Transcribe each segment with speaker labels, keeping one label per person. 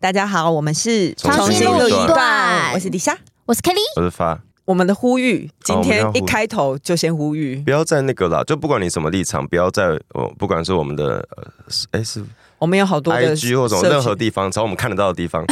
Speaker 1: 大家好，我们是
Speaker 2: 重新录一段
Speaker 1: 我是李莎。
Speaker 2: 我是 Kelly，
Speaker 3: 我是发，
Speaker 1: 我们的呼吁，今天
Speaker 3: 我们要呼
Speaker 1: 一开头就先呼吁，
Speaker 3: 不要再那个啦，就不管你什么立场，不要再我不管是我们的呃，是哎是
Speaker 1: 我们有好多的
Speaker 3: IG 或什么
Speaker 1: 社群
Speaker 3: 任何地方，找我们看得到的地方，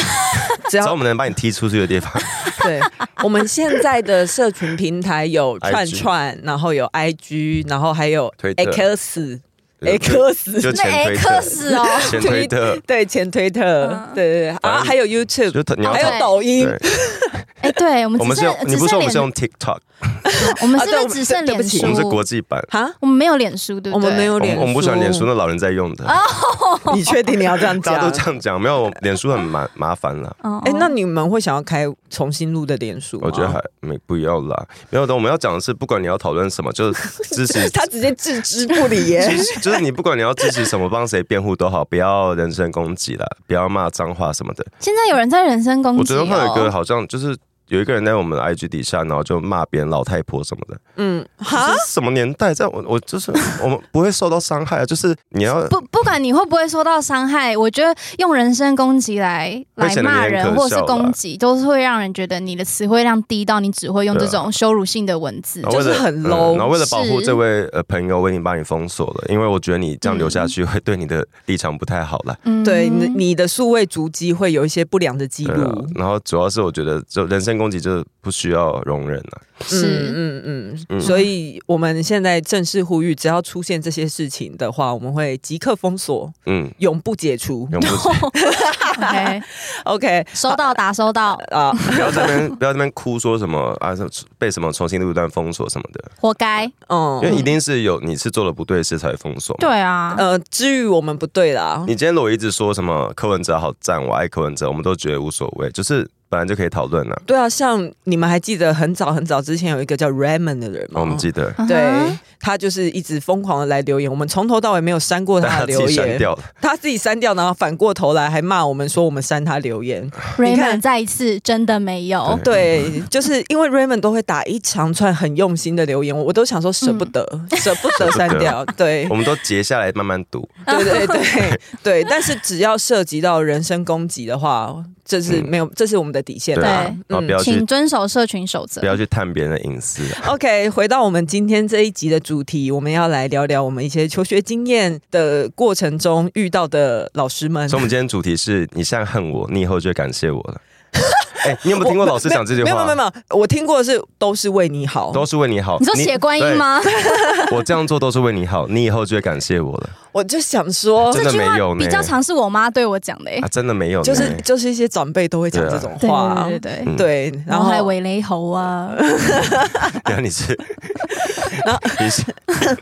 Speaker 1: 只
Speaker 3: 找我
Speaker 1: 要
Speaker 3: 们能把你踢出去的地方，
Speaker 1: 对，我们现在的社群平台 有
Speaker 3: IG
Speaker 1: 串串，然后有 IG，然后还有
Speaker 3: 推特
Speaker 1: X
Speaker 3: 就
Speaker 1: X，
Speaker 3: 就前推
Speaker 2: 那
Speaker 3: 特，
Speaker 2: X 哦，
Speaker 3: 前推特，
Speaker 1: 对，前推特，
Speaker 2: 嗯
Speaker 1: 对对对，
Speaker 3: 反
Speaker 1: 啊，
Speaker 3: 正
Speaker 1: 还有 YouTube，
Speaker 3: 就你要
Speaker 1: 还有
Speaker 2: 对
Speaker 1: 抖音，
Speaker 3: 对，
Speaker 2: 哎，对，我们
Speaker 3: 我们
Speaker 2: 只
Speaker 3: 是
Speaker 2: 剩
Speaker 3: 用你不是说我们是用 TikTok，
Speaker 2: 我们
Speaker 1: 啊
Speaker 2: 是
Speaker 1: 对我们
Speaker 2: 不是只剩
Speaker 1: 对对
Speaker 2: 脸
Speaker 1: 不起
Speaker 2: 书？
Speaker 3: 我们是国际版，
Speaker 1: 哈，
Speaker 2: 我们没有脸书，对不
Speaker 1: 我
Speaker 2: 对？
Speaker 1: 们没有
Speaker 3: 我
Speaker 1: 脸
Speaker 3: 们
Speaker 1: 书，
Speaker 3: 我们不喜欢脸书，那老人在用的，
Speaker 1: 你确定你要这样
Speaker 3: 大家都
Speaker 1: 讲
Speaker 3: 这？样讲，没有脸书很麻麻烦啦。
Speaker 2: 哦。
Speaker 1: 哎，那你们会想要开重新录的脸书吗？
Speaker 3: 我觉得还没不要啦，没有的。我们要讲的是，不管你要讨论什么，就是支 持
Speaker 1: 他直接置之不理耶。
Speaker 3: 其实就是你不管你要支持什么，帮谁辩护都好，不要人身攻击啦，不要骂脏话什么的。
Speaker 2: 现在有人在人
Speaker 1: 啊
Speaker 2: 身攻击，
Speaker 3: 我昨天看
Speaker 2: 哦
Speaker 3: 有一个好像就是有一个人在我 们的 IG 底下，然后就骂别人老太婆什么的。
Speaker 1: 嗯，
Speaker 3: 这
Speaker 1: 哈，
Speaker 3: 是什么年代？这样我我就是我们不会受到伤害啊，就是你要
Speaker 2: 不不管你会不会受到伤害，我觉得用人身攻击来
Speaker 3: 会
Speaker 2: 来
Speaker 3: 显得
Speaker 2: 骂
Speaker 3: 你很
Speaker 2: 人
Speaker 3: 可
Speaker 2: 或是
Speaker 3: 笑啦
Speaker 2: 攻击，都是会让人觉得你的词汇量低到你只会用这
Speaker 3: 对啊
Speaker 2: 种羞辱性的文字
Speaker 3: 然。后为了
Speaker 1: 就是很
Speaker 3: 嗯
Speaker 1: low，
Speaker 3: 然后为了保护
Speaker 2: 是
Speaker 3: 这位呃朋友，我已经把你封锁了，因为我觉得你这样留下去
Speaker 1: 嗯
Speaker 3: 会对你的立场不太好啦。
Speaker 2: 嗯
Speaker 1: 对，你你的数位足迹会有一些不良的记
Speaker 3: 对
Speaker 1: 录
Speaker 3: 啊。，然后主要是我觉得就人身攻击就是不需要容忍啊了。
Speaker 2: 是
Speaker 1: 嗯嗯嗯，
Speaker 3: 嗯
Speaker 1: 所以我们现在正式呼吁，只要出现这些事情的话，我们会即刻封锁，
Speaker 3: 嗯，
Speaker 1: 永不解除。
Speaker 3: 永不
Speaker 2: OK，
Speaker 1: OK，
Speaker 2: 收到打收到，
Speaker 1: 啊，
Speaker 3: 不要这边不要这边哭说什么啊，被什么重新路段封锁什么的，
Speaker 2: 活 该。
Speaker 3: 因为
Speaker 1: 嗯，
Speaker 3: 一定是有你是做了不对的事才封锁嘛。
Speaker 2: 对啊，
Speaker 1: 呃，至于我们不对啦，
Speaker 3: 你今天如果一直说什么柯文哲好赞，我爱柯文哲，我们都觉得无所谓，就是本来就可以讨论了。
Speaker 1: 对啊，像你们还记得很早很早之前有一个叫 Raymond 的人吗？
Speaker 3: 哦我们记得，
Speaker 1: 对他就是一直疯狂的来留言，我们从头到尾没有删过
Speaker 3: 但
Speaker 1: 他
Speaker 3: 他
Speaker 1: 的
Speaker 3: 自
Speaker 1: 留
Speaker 3: 己删
Speaker 1: 言，
Speaker 3: 掉 了。
Speaker 1: 他自己删掉，然后反过头来还骂我们说我们删他留言。你看
Speaker 2: Raymond 再一次真的没有，
Speaker 1: 对，就是因为 Raymond 都会打一长串很用心的留言，我我都想说舍
Speaker 2: 嗯
Speaker 1: 不得，舍不得删掉。对
Speaker 3: 我，们都截下来慢慢读，
Speaker 1: 对对对对，但是只要涉及到人身攻击的话，这是没有，这是我们的底线
Speaker 3: 嗯对
Speaker 1: 啦。嗯
Speaker 3: 啊，
Speaker 2: 对
Speaker 3: 然后不要去
Speaker 2: 请遵守社群守则
Speaker 3: 不。要去探别人的隐私 啊，
Speaker 1: OK，回到我们今天这一集的主题，我们要来聊聊我们一些求学经验的过程中遇到的老师们
Speaker 3: 所以。我们今天主题是你现在恨我，你以后就会感谢我 了。哎，你有没有听过老师讲这句
Speaker 1: 没有没有
Speaker 3: 话
Speaker 1: 没？有，没有我听过的是都是为你好，
Speaker 3: 都是为哦你好。
Speaker 2: 你说写观音？吗？
Speaker 3: 对我这样做都是为你好，你以后就会感谢我了。
Speaker 1: 我就想说，
Speaker 3: 真
Speaker 2: 这
Speaker 3: 的
Speaker 2: 句
Speaker 3: 没
Speaker 2: 话
Speaker 3: 有呢
Speaker 2: 比较常是我妈对我讲的、欸
Speaker 3: 啊，真的没有呢，
Speaker 1: 哎就是就是一些长辈都会讲
Speaker 3: 对啊
Speaker 1: 这种
Speaker 2: 对
Speaker 1: 话，
Speaker 2: 对对对。
Speaker 3: 嗯
Speaker 1: 对，然
Speaker 2: 然
Speaker 1: 后
Speaker 2: 后还有围雷猴啊，
Speaker 3: 然后你是，
Speaker 1: 然后
Speaker 3: 你是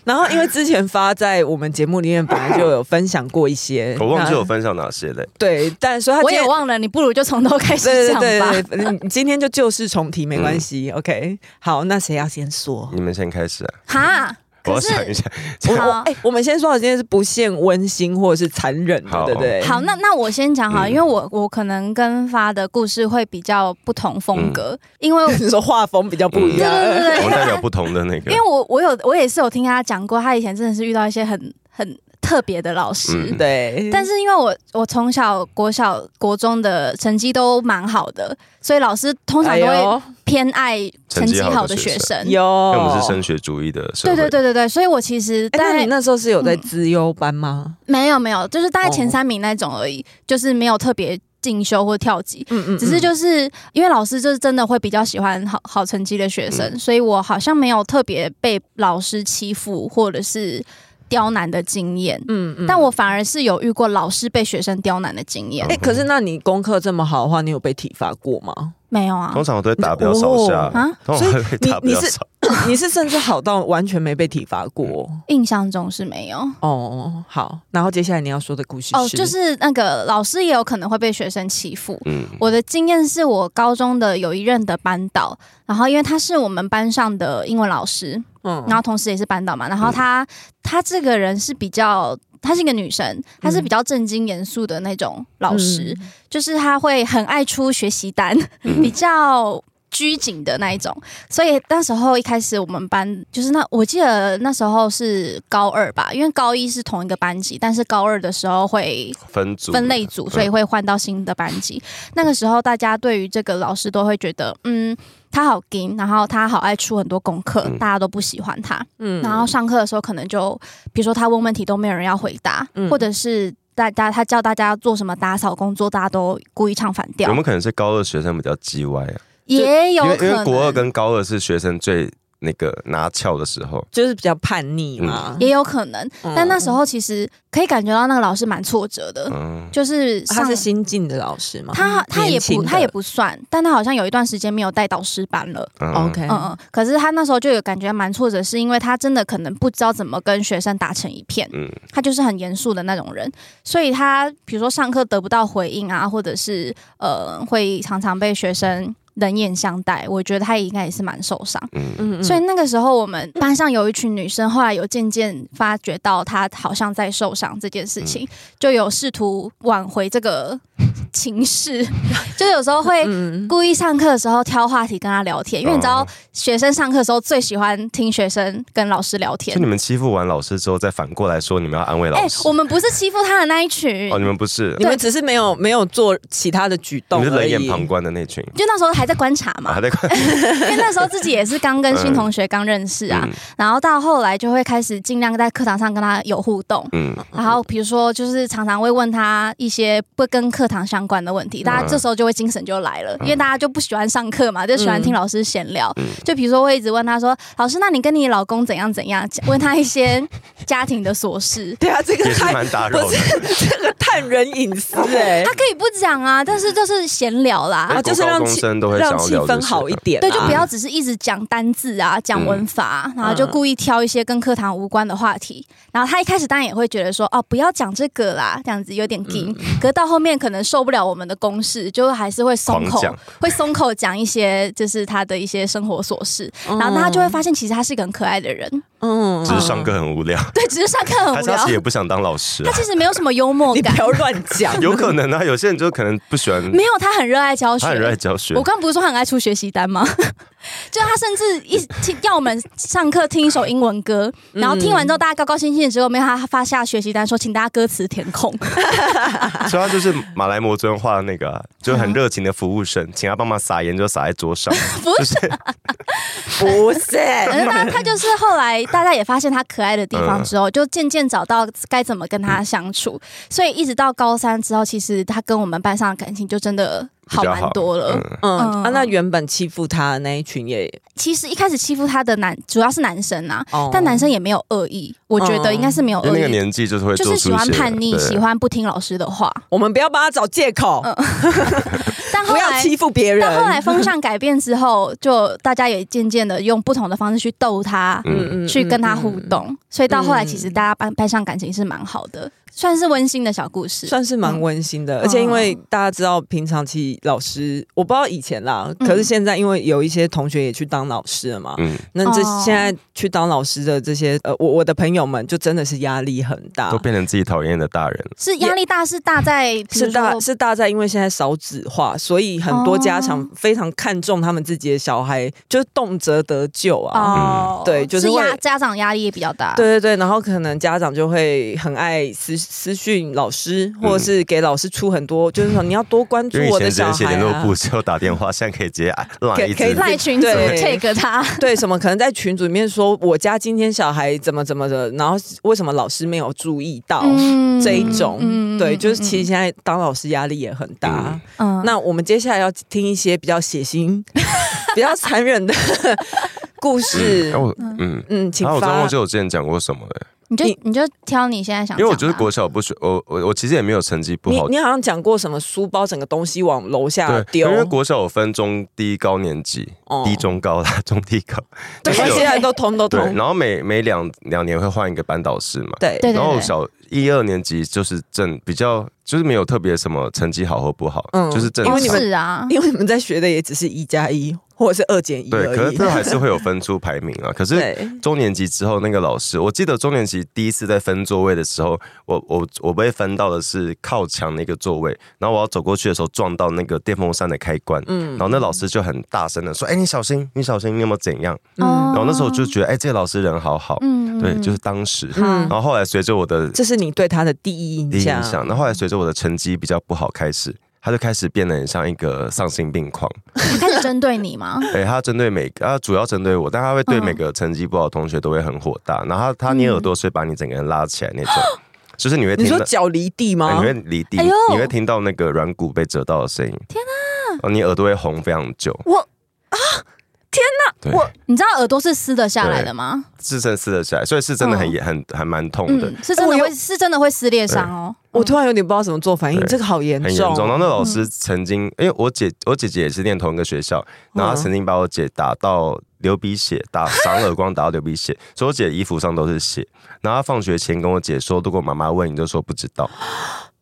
Speaker 1: 然后因为之前发在我们节目里面本来就有分享过一些，
Speaker 3: 我忘记
Speaker 1: 那
Speaker 3: 有分享哪些嘞。
Speaker 1: 对，但所以他
Speaker 2: 我
Speaker 1: 今天
Speaker 2: 也忘了，你不如就从头开始
Speaker 1: 对
Speaker 2: 讲吧。
Speaker 1: 对对对对，你今天就旧事重提没
Speaker 3: 嗯
Speaker 1: 关系、o k 好，那谁要先说？
Speaker 3: 你们先开始啊，
Speaker 2: 哈，
Speaker 3: 我要
Speaker 2: 可
Speaker 3: 想一
Speaker 2: 是
Speaker 3: 下。
Speaker 1: 我
Speaker 2: 好
Speaker 1: 我哎、我们先说好，今天是不限温馨或者是残忍的，
Speaker 3: 好
Speaker 1: 对不对？
Speaker 2: 好，那那我先讲
Speaker 3: 嗯
Speaker 2: 哈，因为我我可能跟发的故事会比较不同风
Speaker 3: 嗯
Speaker 2: 格，因为
Speaker 1: 你说画风比较不一
Speaker 2: 对
Speaker 1: 样，
Speaker 2: 对对
Speaker 3: 我
Speaker 2: 对
Speaker 3: 们代表不同的那个
Speaker 2: 因为，我我有我也是有听他讲过，他以前真的是遇到一些很很特别的老师，
Speaker 3: 嗯
Speaker 1: 对
Speaker 2: 但是因为我我从小国小国中的成绩都蛮好的，所以老师通常都
Speaker 1: 哎
Speaker 2: 会嗯
Speaker 1: 呦
Speaker 2: 偏爱成绩好的学生。
Speaker 1: 有，
Speaker 3: 因为我们是升学主义的社
Speaker 2: 对
Speaker 3: 会，
Speaker 2: 哦对对对对，所以我其实
Speaker 1: 哎、
Speaker 2: 大
Speaker 1: 那
Speaker 2: 概、
Speaker 1: 你那时候是有
Speaker 2: 嗯
Speaker 1: 在资优班吗？
Speaker 2: 没有没有，就是大概前
Speaker 1: 哦
Speaker 2: 三名那种而已，就是没有特别进修或跳级。
Speaker 1: 嗯嗯
Speaker 2: 只是就是因为老师就是真的会比较喜欢好好成绩的学
Speaker 1: 嗯
Speaker 2: 生，所以我好像没有特别被老师欺负或者是刁难的经验，
Speaker 1: 嗯嗯
Speaker 2: 但我反而是有遇过老师被学生刁难的经验。
Speaker 1: 哎、可是那你功课这么好的话，你有被体罚过吗？
Speaker 2: 没有啊
Speaker 3: 通，常我都会打比较少下
Speaker 1: 哦，
Speaker 2: 啊
Speaker 3: 通常会被打比较
Speaker 1: 所以你你是
Speaker 3: 少。
Speaker 1: 你是甚至好到完全没被体罚过
Speaker 2: 印象中是没有。
Speaker 1: 哦。好，然后接下来你要说的故事
Speaker 2: 哦，就是那个老师也有可能会被学生欺负。
Speaker 3: 嗯，
Speaker 2: 我的经验是我高中的有一任的班导，然后因为他是我们班上的英文老师，
Speaker 1: 嗯
Speaker 2: 然后同时也是班导嘛，然后她她这个人是比较。她是一个女生，她是比较正经严肃的那种老师，就是她会很爱出学习单， 比较拘谨的那一种。所以那时候一开始我们班就是那，我记得那时候是高二吧，因为高一是同一个班级，但是高二的时候会
Speaker 3: 分组嗯
Speaker 2: 分类组，所以会换到新的班级。那个时候，大家对于这个老师都会觉得，嗯，他好硬，然后他好爱出很多功课，
Speaker 3: 嗯
Speaker 2: 大家都不喜欢他。
Speaker 1: 嗯
Speaker 2: 然后上课的时候，可能就比如说他问问题都没有人要回答，
Speaker 1: 嗯
Speaker 2: 或者是大家他叫大家做什么打扫工作，大家都故意唱反调
Speaker 3: 我，们可能是高二学生比较叽歪啊，
Speaker 2: 也有
Speaker 3: 因为
Speaker 2: 可
Speaker 3: 因为
Speaker 2: 能
Speaker 3: 国二跟高二是学生最那个拿翘的时候，
Speaker 1: 就是比较叛逆嘛。
Speaker 2: 也有可能，
Speaker 1: 嗯
Speaker 2: 但那时候其实可以感觉到那个老师蛮挫折的，
Speaker 3: 嗯，
Speaker 2: 就是
Speaker 1: 啊他
Speaker 2: 上
Speaker 1: 是新进的老师吗？
Speaker 2: 他他也
Speaker 1: 年轻
Speaker 2: 不
Speaker 1: 的
Speaker 2: 他也不算，但他好像有一段时间没有带导师班了。
Speaker 3: 嗯
Speaker 1: OK，
Speaker 2: 嗯嗯，可是他那时候就有感觉蛮挫折，是因为他真的可能不知道怎么跟学生打成一片，
Speaker 3: 嗯
Speaker 2: 他就是很严肃的那种人，所以他比如说上课得不到回应啊，或者是呃会常常被学生冷眼相待，我觉得他应该也是蛮受伤。
Speaker 3: 嗯，
Speaker 1: 嗯嗯
Speaker 2: 所以那个时候，我们班上有一群女生，后来有渐渐发觉到她好像在受伤这件事情，就有试图挽回这个情势， 就有时候会
Speaker 1: 嗯
Speaker 2: 故意上课的时候挑话题跟她聊天，因为你知道
Speaker 3: 哦
Speaker 2: 学生上课的时候最喜欢听学生跟老师聊天
Speaker 3: 就你。们欺负完老师之后，再反过来说你们要安慰
Speaker 2: 哎
Speaker 3: 老师，
Speaker 2: 我们不是欺负她的那一群
Speaker 3: 哦，，你们不是，
Speaker 1: 你们只是没有没有做其他的举
Speaker 3: 你
Speaker 1: 动
Speaker 3: 们是
Speaker 1: 而
Speaker 3: 冷
Speaker 1: 已。。
Speaker 3: 眼旁观的那 群，
Speaker 2: 就那时候还在观察
Speaker 3: 啊
Speaker 2: 嘛
Speaker 3: 还，在看，
Speaker 2: 因为那时候自己也是刚跟新同学刚认识
Speaker 3: 嗯
Speaker 2: 啊，然后到后来就会开始尽量在课堂上跟她有互动。
Speaker 3: 嗯，嗯
Speaker 2: 然后比如说，就是常常会问他一些不跟课堂相关的问题，
Speaker 3: 嗯
Speaker 2: 大家这时候就会精神就来了，因为大家就不喜欢上课嘛，就喜欢听老师闲聊。
Speaker 3: 嗯
Speaker 2: 就比如说会一直问他说：“老师，那你跟你老公怎样怎样？”问他一些家庭的琐事
Speaker 1: 对啊，这个
Speaker 3: 也是
Speaker 1: 太
Speaker 3: 蛮打
Speaker 1: 不
Speaker 3: 扰的
Speaker 1: 是。这个探人隐私哎、
Speaker 2: 他可以不 讲啊，但是就是闲聊啦
Speaker 1: 啊，
Speaker 3: 美国
Speaker 1: 就是让
Speaker 3: 高中
Speaker 1: 气
Speaker 3: 生都会想
Speaker 1: 让
Speaker 3: 要
Speaker 1: 气
Speaker 3: 聊这
Speaker 1: 氛
Speaker 3: 些
Speaker 1: 好一
Speaker 3: 的
Speaker 1: 点、啊，
Speaker 2: 对，就不要只是一直讲单字
Speaker 3: 嗯
Speaker 2: 啊，讲文法啊、然后就故意挑一些跟课堂无关的话题。然后他一开始当然也会觉得说，哦，不要讲这个啦，这样子有点硬。
Speaker 3: 嗯
Speaker 2: 可是到后面可能受不了我们的公式，就还是会松口
Speaker 3: 狂讲，
Speaker 2: 会松口讲一些就是他的一些生活琐事。
Speaker 3: 嗯
Speaker 2: 然后大家就会发现，其实他是一个很可爱的人，
Speaker 1: 嗯
Speaker 3: 只是上课很无聊，
Speaker 2: 对，只是上课
Speaker 3: 还
Speaker 2: 很无
Speaker 3: 是他
Speaker 2: 聊
Speaker 3: 其实，也不想当老师
Speaker 2: 他
Speaker 3: 啊，，
Speaker 2: 其实没有什么幽默
Speaker 1: 你
Speaker 2: 感
Speaker 1: 不，要乱讲
Speaker 3: 有可能啊，有些人就可能不喜欢，
Speaker 2: 没有，他很热爱教学，
Speaker 3: 他很热爱教学
Speaker 2: 我，刚不是说他很爱出学习单吗？ 就他甚至一听要我们上课听一首英文歌，然后听完之后大家高高兴兴的时候，没有他发下学习单说，请大家歌词填空。
Speaker 3: 所以他就是马来魔尊画的那个啊，就很热情的服务生，请他帮忙撒盐就撒在桌上，
Speaker 2: 不
Speaker 3: 是
Speaker 1: 不 是？
Speaker 2: 反正他他就是后来大家也发现他可爱的地方之后，就渐渐找到该怎么跟他相处，所以一直到高三之后，其实他跟我们班上的感情就真的好
Speaker 3: 比较
Speaker 2: 蛮
Speaker 3: 好
Speaker 2: 多了。
Speaker 3: 嗯
Speaker 1: 嗯
Speaker 2: 嗯
Speaker 1: 啊，那原本欺负他的那一群也，
Speaker 2: 其实一开始欺负他的男主要是男生啊，
Speaker 1: 哦
Speaker 2: 但男生也没有恶意，我觉得应该是没有
Speaker 3: 因
Speaker 2: 恶
Speaker 3: 为那个
Speaker 2: 意。
Speaker 3: 年纪就是会
Speaker 2: 哦就
Speaker 3: 做
Speaker 2: 是
Speaker 3: 出
Speaker 2: 喜欢
Speaker 3: 一些
Speaker 2: 叛逆，
Speaker 3: 对
Speaker 2: 喜欢不听老师的话，
Speaker 1: 我们不要帮他找借口，
Speaker 2: 但后
Speaker 1: 不要
Speaker 2: 来
Speaker 1: 欺负别人。
Speaker 2: 但嗯后来风向改变之后，就大家也渐渐的用不同的方式去逗他，
Speaker 3: 嗯，
Speaker 2: 去跟他互
Speaker 1: 嗯，
Speaker 2: 动，所以到后来其实
Speaker 1: 嗯
Speaker 2: 大家班班上感情是蛮好的，算是温馨的小故事。
Speaker 1: 算是蛮温馨
Speaker 2: 嗯
Speaker 1: 的。而且因
Speaker 2: 哦
Speaker 1: 为大家知道，平常其实老师，我不知道以前啦，
Speaker 2: 嗯
Speaker 1: 可是现在因为有一些同学也去当老师了嘛，
Speaker 3: 嗯，
Speaker 1: 那这
Speaker 2: 哦
Speaker 1: 现在去当老师的这些呃，我我的朋友们就真的是压力很大
Speaker 3: 都。变成自己讨厌的大人了。
Speaker 2: 是压力大是大在比
Speaker 1: 是
Speaker 2: 如
Speaker 1: 大
Speaker 2: 说
Speaker 1: 是大在，因为现在少子化，所以很多家
Speaker 2: 哦
Speaker 1: 长非常看重他们自己的小孩，就是动辄得救啊。
Speaker 2: 哦，
Speaker 1: 对就是会
Speaker 2: 压家长压力也比较大。
Speaker 1: 对，对对，然后可能家长就会很爱私私讯老师，或者是给老师出很多，就是说你要多关注
Speaker 3: 因为以
Speaker 1: 嗯我
Speaker 3: 前
Speaker 1: 的
Speaker 3: 只能
Speaker 1: 小
Speaker 3: 写
Speaker 1: 孩、
Speaker 3: 联络
Speaker 1: 啊
Speaker 3: 簿，。只有打电话，现在可以直接
Speaker 1: 可
Speaker 3: 拉一
Speaker 1: 可以
Speaker 3: 直
Speaker 1: 赖
Speaker 2: 赖群主
Speaker 1: 对哦
Speaker 2: take 他，
Speaker 1: 对，什么可能在群组里面说我家今天小孩怎么怎么的，然后为什么老师没有注意到、
Speaker 2: 嗯
Speaker 1: 这一种？
Speaker 2: 嗯
Speaker 1: 对，就是其实
Speaker 2: 实
Speaker 1: 现在当老师压力也很大。
Speaker 3: 嗯
Speaker 2: 嗯
Speaker 1: 那我们接下来要听一些比较血 腥、比较残忍的故事
Speaker 3: 然。后我嗯，啊
Speaker 1: 嗯，请
Speaker 3: 然后我真忘
Speaker 1: 发
Speaker 3: 记我之前讲过什么了。
Speaker 2: 你就
Speaker 1: 你
Speaker 2: 你就挑你现在啊想讲吧，
Speaker 3: 因为我觉得国小不学，我我我其实也没有成绩不
Speaker 1: 你
Speaker 3: 好，
Speaker 1: 你好像讲过什么书包整个东西往楼下
Speaker 3: 对，
Speaker 1: 丢
Speaker 3: 因，为国小有分中低高年级，
Speaker 1: 哦
Speaker 3: 低中高啦，中低高，
Speaker 1: 对，
Speaker 3: 就是有
Speaker 1: 现在都通都
Speaker 3: 对，
Speaker 1: 通
Speaker 3: 然，后每每两两年会换一个班导师嘛，
Speaker 1: 对
Speaker 2: 对对
Speaker 3: 然后
Speaker 2: 对，
Speaker 3: 小一二年级就是正比较，就是没有特别什么成绩好或不好，
Speaker 1: 嗯
Speaker 3: 就是正
Speaker 1: 因
Speaker 3: 常
Speaker 1: 为你。们
Speaker 2: 是啊，
Speaker 1: 因为你们在学的也只是一加一或者是二减一
Speaker 3: 对，可
Speaker 1: 而
Speaker 3: 是
Speaker 1: 已。
Speaker 3: 这还是会有分出排名啊。可是
Speaker 1: 对，
Speaker 3: 中年级之后，那个老师，我记得中年级第一次在分座位的时候，我我我被分到的是靠墙的一个座位，然后我要走过去的时候撞到那个电风扇的开关，
Speaker 1: 嗯
Speaker 3: 然后那老师就很大声的说：“哎、你小心，你小心，你有没有怎样？”
Speaker 1: 嗯
Speaker 2: 哦
Speaker 3: 然后那时候我就觉得，哎、这个老师人好好，
Speaker 2: 嗯
Speaker 3: 对，就是当时。
Speaker 1: 嗯
Speaker 3: 然，后后来随着我的
Speaker 1: 这是你对他的第一印
Speaker 3: 第一
Speaker 1: 象。
Speaker 3: 印象。然后后来随着我的成绩比较不好开始，他就开始变得很像一个丧心病狂。
Speaker 2: 他开始针对你吗？
Speaker 3: 哎、他针对每他主要针对我，但他会对每个成绩不好的同学都会很火大。然后他他捏耳朵是把你整个人拉起来那种，就是你会
Speaker 1: 你
Speaker 3: 听
Speaker 1: 说
Speaker 3: 到，
Speaker 1: 脚离地
Speaker 3: 哎
Speaker 1: 吗
Speaker 3: 你？会离地，
Speaker 2: 哎呦
Speaker 3: 你会听到那个软骨被折到的声音。天哪、你耳朵会红非常久。
Speaker 2: 我
Speaker 3: 啊，天哪！
Speaker 2: 我
Speaker 3: 对，
Speaker 2: 你知道耳朵是撕得下来的吗？
Speaker 3: 是真的撕得起来，所以是真的很
Speaker 2: 嗯
Speaker 3: 严、很还蛮痛的。
Speaker 2: 嗯，是真的
Speaker 1: 我有
Speaker 2: 会是真的会撕裂伤哦。
Speaker 1: 我突然有点不知道怎么做反应，
Speaker 3: 对
Speaker 1: 这个好严
Speaker 3: 很严
Speaker 1: 重。
Speaker 3: 重。然后那老师曾经，因为我姐我姐姐也是念同一个学校，然后她曾经把我姐打到流鼻血，打赏耳光打到流鼻血， 所以我姐衣服上都是血。然后她放学前跟我姐说，如果妈妈问你就说不知道，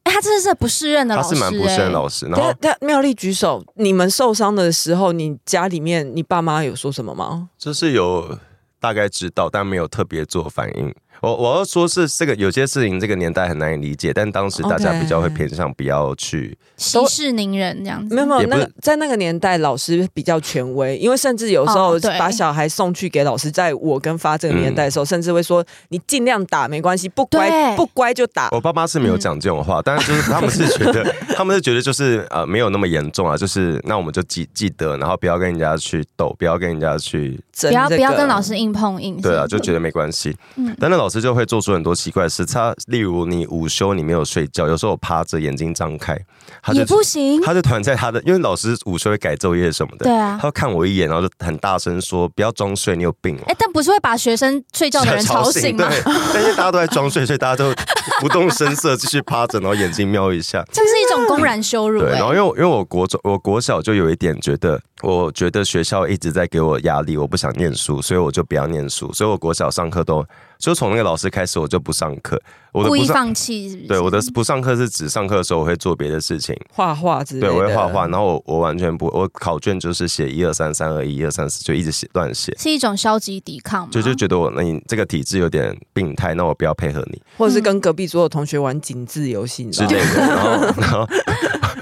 Speaker 2: 哎，他真的是不是认的
Speaker 3: 她
Speaker 2: 老师，
Speaker 3: 是蛮不胜
Speaker 2: 哎
Speaker 3: 的老师。然
Speaker 1: 等
Speaker 3: 后
Speaker 1: 下，等下，妙丽举手。你们受伤的时候，你家里面你爸妈有说什么吗？
Speaker 3: 就是有大概知道，但没有特别做反应。我我要说是这个有些事情这个年代很难以理解，但当时大家
Speaker 1: OK
Speaker 3: 比较会偏向不要去
Speaker 2: 息事宁人这样子。
Speaker 1: 没有没有，
Speaker 3: 也不
Speaker 1: 那
Speaker 3: 是
Speaker 1: 个在那个年代，老师比较权威，因为甚至有时候
Speaker 2: 哦对
Speaker 1: 把小孩送去给老师，在我跟发这个年代的时
Speaker 3: 嗯
Speaker 1: 候，甚至会说你尽量打没关系，不乖
Speaker 2: 对
Speaker 1: 不乖就打。
Speaker 3: 我爸妈是没有讲这种话，但是就是他们是觉得，他们是觉得就是呃没有那么严重啊，就是那我们就记记得，然后不要跟人家去斗，不要跟人家去
Speaker 1: 不
Speaker 2: 不要不要跟老师硬碰硬。
Speaker 3: 对啊，
Speaker 2: 是
Speaker 3: 就觉得没关系。
Speaker 2: 嗯
Speaker 3: 但那老师就会做出很多奇怪的事，他例如你午休你没有睡觉，有时候我趴着眼睛张开，他就
Speaker 2: 也不行。
Speaker 3: 他就团在他的，因为老师午休会改昼夜什么的，
Speaker 2: 对啊
Speaker 3: 他，会看我一眼，然后就很大声说不要装睡，你有病哦
Speaker 2: 哎，但不是会把学生睡觉的人吵醒吗？
Speaker 3: 对，但是大家都在装睡，所以大家都不动声色，继续趴着，然后眼睛瞄一下。
Speaker 2: 这是一种公然羞辱。
Speaker 3: 对，
Speaker 2: 哎
Speaker 3: 然后因为我因为我国中我国小就有一点觉得，我觉得学校一直在给我压力，我不想念书，所以我就不要念书，所以我国小上课都就从那个老师开始我就不上课，我的
Speaker 2: 故
Speaker 3: 不
Speaker 2: 意
Speaker 3: 上。
Speaker 2: 放弃是不是？
Speaker 3: 对，我的不上课是指上课的时候我会做别的事情，
Speaker 1: 画画之类的，
Speaker 3: 对我会画画，然后我我完全不，我考卷就是写一二三三二一二三四，就一直写乱写，
Speaker 2: 是一种消极抵抗吗？
Speaker 3: 就就觉得我那你这个体质有点病态，那我不要配合你
Speaker 1: 或者是跟隔壁桌的同学玩井字游戏，你知
Speaker 3: 之
Speaker 1: 道
Speaker 3: 类
Speaker 1: 吗？
Speaker 3: 的。然后然后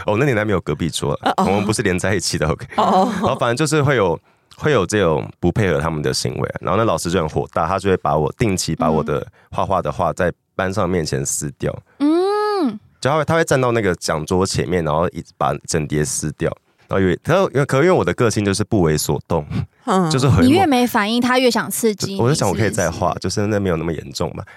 Speaker 3: 哦，那年代没有隔壁桌了，
Speaker 2: 哦
Speaker 3: 我们不是连在一起的，OK。
Speaker 1: 哦，
Speaker 3: 然后反正就是会有会有这种不配合他们的行为，啊然后那老师就很火大，他就会把我定期把我的画画的画在班上面前撕掉，
Speaker 2: 嗯，
Speaker 3: 就他会他会站到那个讲桌前面，然后一直把整叠撕掉。然后有，可因为可因为我的个性就是不为所动，
Speaker 1: 嗯
Speaker 3: 就是很
Speaker 2: 你越没反应，他越想刺激你。
Speaker 3: 我就想我可以
Speaker 2: 是不哦
Speaker 3: 再
Speaker 2: 是
Speaker 3: 画，就是那没有那么严重嘛。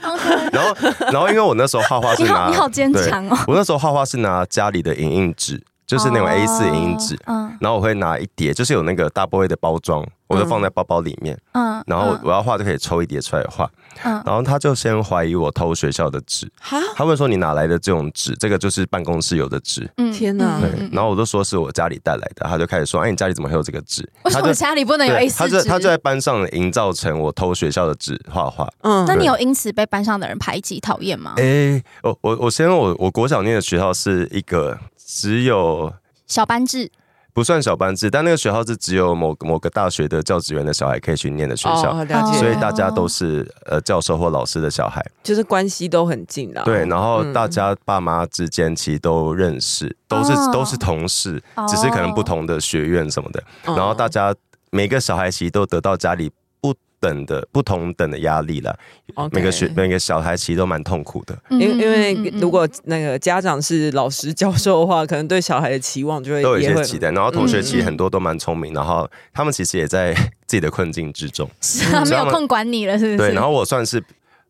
Speaker 2: OK
Speaker 3: 然后然后因为我那时候画画是
Speaker 2: 啊你
Speaker 3: 拿
Speaker 2: 好，你好坚
Speaker 3: 对
Speaker 2: 强哦。
Speaker 3: 我那时候画画是拿家里的影印纸，就是那种 A 四影印纸，
Speaker 2: 哦
Speaker 3: 然后我会拿一叠，就是有那个大波 A 的包装，我就放在包包里面。
Speaker 2: 嗯嗯，
Speaker 3: 然后我
Speaker 2: 嗯
Speaker 3: 我要画就可以抽一叠出来画，
Speaker 2: 嗯
Speaker 3: 然后他就先怀疑我偷学校的纸，
Speaker 1: 哈，
Speaker 3: 他们说你哪来的这种纸？这个就是办公室有的纸。
Speaker 2: 嗯
Speaker 1: 天哪
Speaker 3: 对
Speaker 1: 嗯，
Speaker 3: 然后我就说是我家里带来的，他就开始说，哎，你家里怎么会有这个纸？
Speaker 2: 为什
Speaker 3: 他就
Speaker 2: 么家里不能有 A
Speaker 3: 对，
Speaker 2: 四
Speaker 3: 他就
Speaker 2: 纸？
Speaker 3: 他就在班上营造成我偷学校的纸画画。
Speaker 1: 嗯
Speaker 2: 那你有因此被班上的人排挤、讨厌吗？
Speaker 3: 哎，我我我先我我国小念的学校是一个只有
Speaker 2: 小班制
Speaker 3: 不算小班制，但那个学校是只有某某个大学的教职员的小孩可以去念的学校。
Speaker 1: 哦，了解，
Speaker 3: 所以大家都是呃教授或老师的小孩，
Speaker 1: 就是关系都很近
Speaker 2: 哦
Speaker 1: 啦。
Speaker 3: 对，然后
Speaker 1: 嗯
Speaker 3: 大家爸妈之间其实都认识，都是
Speaker 2: 哦
Speaker 3: 都是同事
Speaker 2: 哦，
Speaker 3: 只是可能不同的学院什么的。
Speaker 1: 嗯
Speaker 3: 然后大家每个小孩其实都得到家里不等的不同等的压力了，
Speaker 1: OK
Speaker 3: 每个学每个小孩其实都蛮痛苦的，
Speaker 2: 嗯
Speaker 1: 因为因为
Speaker 2: 嗯嗯嗯
Speaker 1: 如 果那个家长是老师教授的话，可能对小孩的期望就会
Speaker 3: 都有一
Speaker 1: 也
Speaker 3: 些
Speaker 1: 会
Speaker 3: 期待。然后同学
Speaker 2: 嗯
Speaker 3: 其实
Speaker 2: 嗯
Speaker 3: 很多都蛮聪明，然后他们其实也在自己的困境之中。
Speaker 2: 是
Speaker 3: 嗯
Speaker 2: 啊，没有
Speaker 3: 所以他们
Speaker 2: 空管你了，是不是？
Speaker 3: 对，然后我算是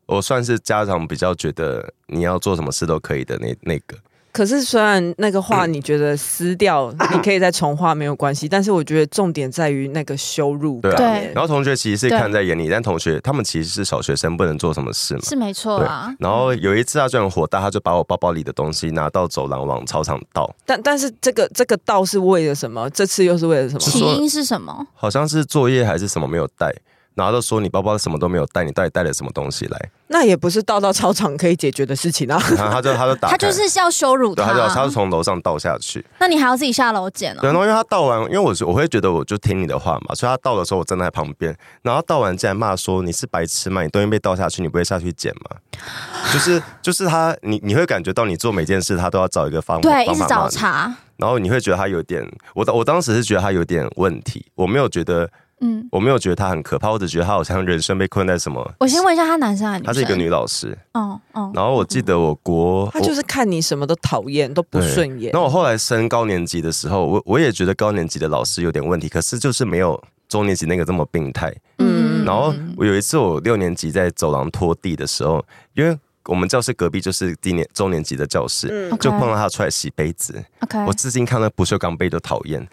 Speaker 3: 我算是家长比较觉得你要做什么事都可以的那那个，
Speaker 1: 可是虽然那个画你觉得撕掉，你可以再重画没有关系，但是我觉得重点在于那个羞辱感。
Speaker 3: 对
Speaker 2: 啊
Speaker 3: 然后同学其实是
Speaker 2: 对
Speaker 3: 看在眼里，但同学他们其实是小学生，不能做什么事嘛。
Speaker 2: 是没错啊。
Speaker 3: 然后有一次他就很火大，他就把我包包里的东西拿到走廊往操场倒，
Speaker 1: 但但是这个这个道是为了什么？这次又是为了什么？
Speaker 3: 是
Speaker 2: 起
Speaker 3: 说
Speaker 2: 因是什么？
Speaker 3: 好像是作业还是什么没有带，然后就说你包包什么都没有带，你到底带了什么东西来？
Speaker 1: 那也不是道到操场可以解决的事情啊。
Speaker 3: 然后他就他就打开，
Speaker 2: 他就是要羞辱
Speaker 3: 对，
Speaker 2: 他
Speaker 3: 他就他就从楼上倒下去。
Speaker 2: 那你还要自己下楼捡
Speaker 3: 对，然
Speaker 2: 哦。
Speaker 3: 后因为他倒完，因为我是我会觉得我就听你的话嘛，所以他倒的时候我站在旁边，然后他倒完竟然骂说你是白痴嘛，你东西被倒下去，你不会下去捡吗？就是就是他，你你会感觉到你做每件事他都要找一个方
Speaker 2: 对，一
Speaker 3: 方
Speaker 2: 直
Speaker 3: 法
Speaker 2: 找
Speaker 3: 骂你
Speaker 2: 茬。
Speaker 3: 然后你会觉得他有点，我当我当时是觉得他有点问题，我没有觉得
Speaker 2: 嗯，
Speaker 3: 我没有觉得他很可怕，我只觉得他好像人生被困在什么。
Speaker 2: 我先问一下，他男生还是女
Speaker 3: 她
Speaker 2: 生？
Speaker 3: 是一个。女老师，
Speaker 2: 哦哦，
Speaker 3: 然后我记得我国，
Speaker 1: 他就
Speaker 3: 我
Speaker 1: 是看你什么都讨厌，都不
Speaker 3: 对
Speaker 1: 顺眼
Speaker 3: 那。我后来升高年级的时候，我我也觉得高年级的老师有点问题，可是就是没有中年级那个这么病态。
Speaker 1: 嗯
Speaker 3: 然后我有一次我六年级在走廊拖地的时候，因为我们教室隔壁就是低年中年级的教室，
Speaker 1: 嗯
Speaker 2: OK 哎
Speaker 3: 就碰到他出来洗杯子。
Speaker 2: OK，
Speaker 3: 我至今看到不锈钢杯都讨厌，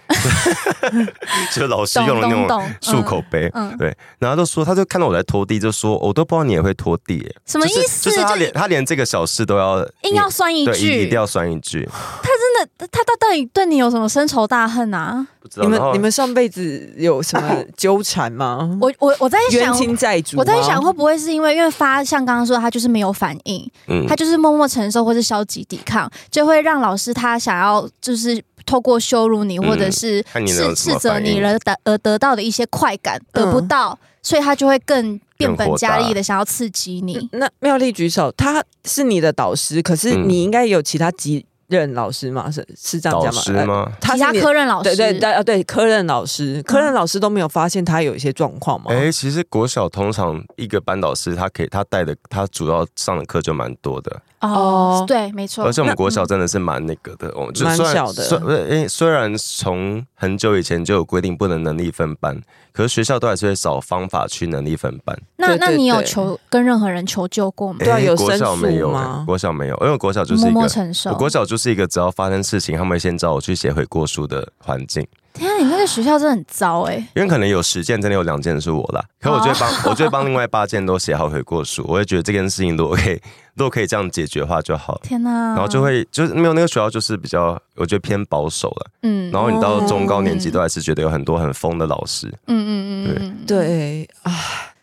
Speaker 3: 就老师用的那
Speaker 2: 懂懂
Speaker 3: 种
Speaker 2: 懂
Speaker 3: 漱口杯。
Speaker 2: 嗯，
Speaker 3: 对，然后他就说，他就看到我在拖地，就说我都不知道你也会拖地耶，
Speaker 2: 嗯什么意思
Speaker 3: 就是？就是他
Speaker 2: 就
Speaker 3: 连他连这个小事都要
Speaker 2: 硬要酸一
Speaker 3: 对，一一
Speaker 2: 句
Speaker 3: 定，要酸一句。
Speaker 2: 真的，他他到底对你有什么深仇大恨啊？
Speaker 3: 不知道
Speaker 1: 你们
Speaker 3: 然后
Speaker 1: 你们上辈子有什么纠缠吗？
Speaker 2: 我我我在
Speaker 1: 冤
Speaker 2: 想，
Speaker 1: 亲债主吗？
Speaker 2: 我在想会不会是因为因为发像刚刚说的他就是没有反应，
Speaker 3: 嗯
Speaker 2: 他就是默默承受或是消极抵抗，就会让老师他想要就是透过羞辱你
Speaker 3: 嗯
Speaker 2: 或者是
Speaker 3: 看你能有
Speaker 2: 斥
Speaker 3: 什
Speaker 2: 斥
Speaker 3: 么
Speaker 2: 责
Speaker 3: 反应
Speaker 2: 你而得而得到的一些快感得
Speaker 1: 嗯
Speaker 2: 不到，所以他就会更变本加厉的想要刺激你。
Speaker 1: 那妙丽举手，他是你的导师，可是
Speaker 3: 嗯
Speaker 1: 你应该有其他几任老师嘛？是是这样
Speaker 3: 导
Speaker 1: 讲吗？
Speaker 3: 师
Speaker 1: 呃？
Speaker 3: 吗？
Speaker 1: 他
Speaker 2: 其
Speaker 1: 是
Speaker 2: 他
Speaker 1: 你
Speaker 2: 科任老师，嗯
Speaker 1: 对对对啊对科任老师，科任老师都没有发现他有一些状况吗？
Speaker 3: 哎、其实国小通常一个班导师，他可以他带的他主要上的课就蛮多的，
Speaker 2: 哦
Speaker 1: 哦，
Speaker 2: 对，没错
Speaker 3: 而。且我们国小真的是蛮那个的，哦，
Speaker 1: 嗯
Speaker 3: 就
Speaker 1: 蛮
Speaker 3: 虽然
Speaker 1: 小的
Speaker 3: 虽哎、虽然从很久以前就有规定不能能力分班，可是学校都还是会找方法去能力分班。
Speaker 2: 那
Speaker 1: 对
Speaker 2: 那
Speaker 1: 对
Speaker 2: 你有
Speaker 1: 对
Speaker 2: 求跟任何人求救过吗？
Speaker 1: 对啊
Speaker 3: 哎
Speaker 1: 有
Speaker 3: 国小
Speaker 1: 申诉
Speaker 3: 没有、
Speaker 1: 吗
Speaker 3: 哎国小没有，因为国小就是一
Speaker 2: 默
Speaker 3: 个
Speaker 2: 默承受
Speaker 3: 我。国小就是一个只要发生事情，他们会先找我去写悔过书的环境，
Speaker 2: 天啊，你那个学校真的很糟哎！
Speaker 3: 因为可能有十件，真的有两件是我啦，可我就会帮，
Speaker 2: 哦
Speaker 3: 我就会帮另外八件都写好悔过书。我会觉得这件事情如果可以， 如果可以这样解决的话就好了。
Speaker 2: 天哪，
Speaker 3: 然后就会就是没有那个学校就是比较，我觉得偏保守了。
Speaker 2: 嗯
Speaker 3: 然后你到中高年级
Speaker 2: 嗯
Speaker 3: 都还是觉得有很多很疯的老师。
Speaker 2: 嗯嗯嗯嗯，嗯，
Speaker 1: 对啊，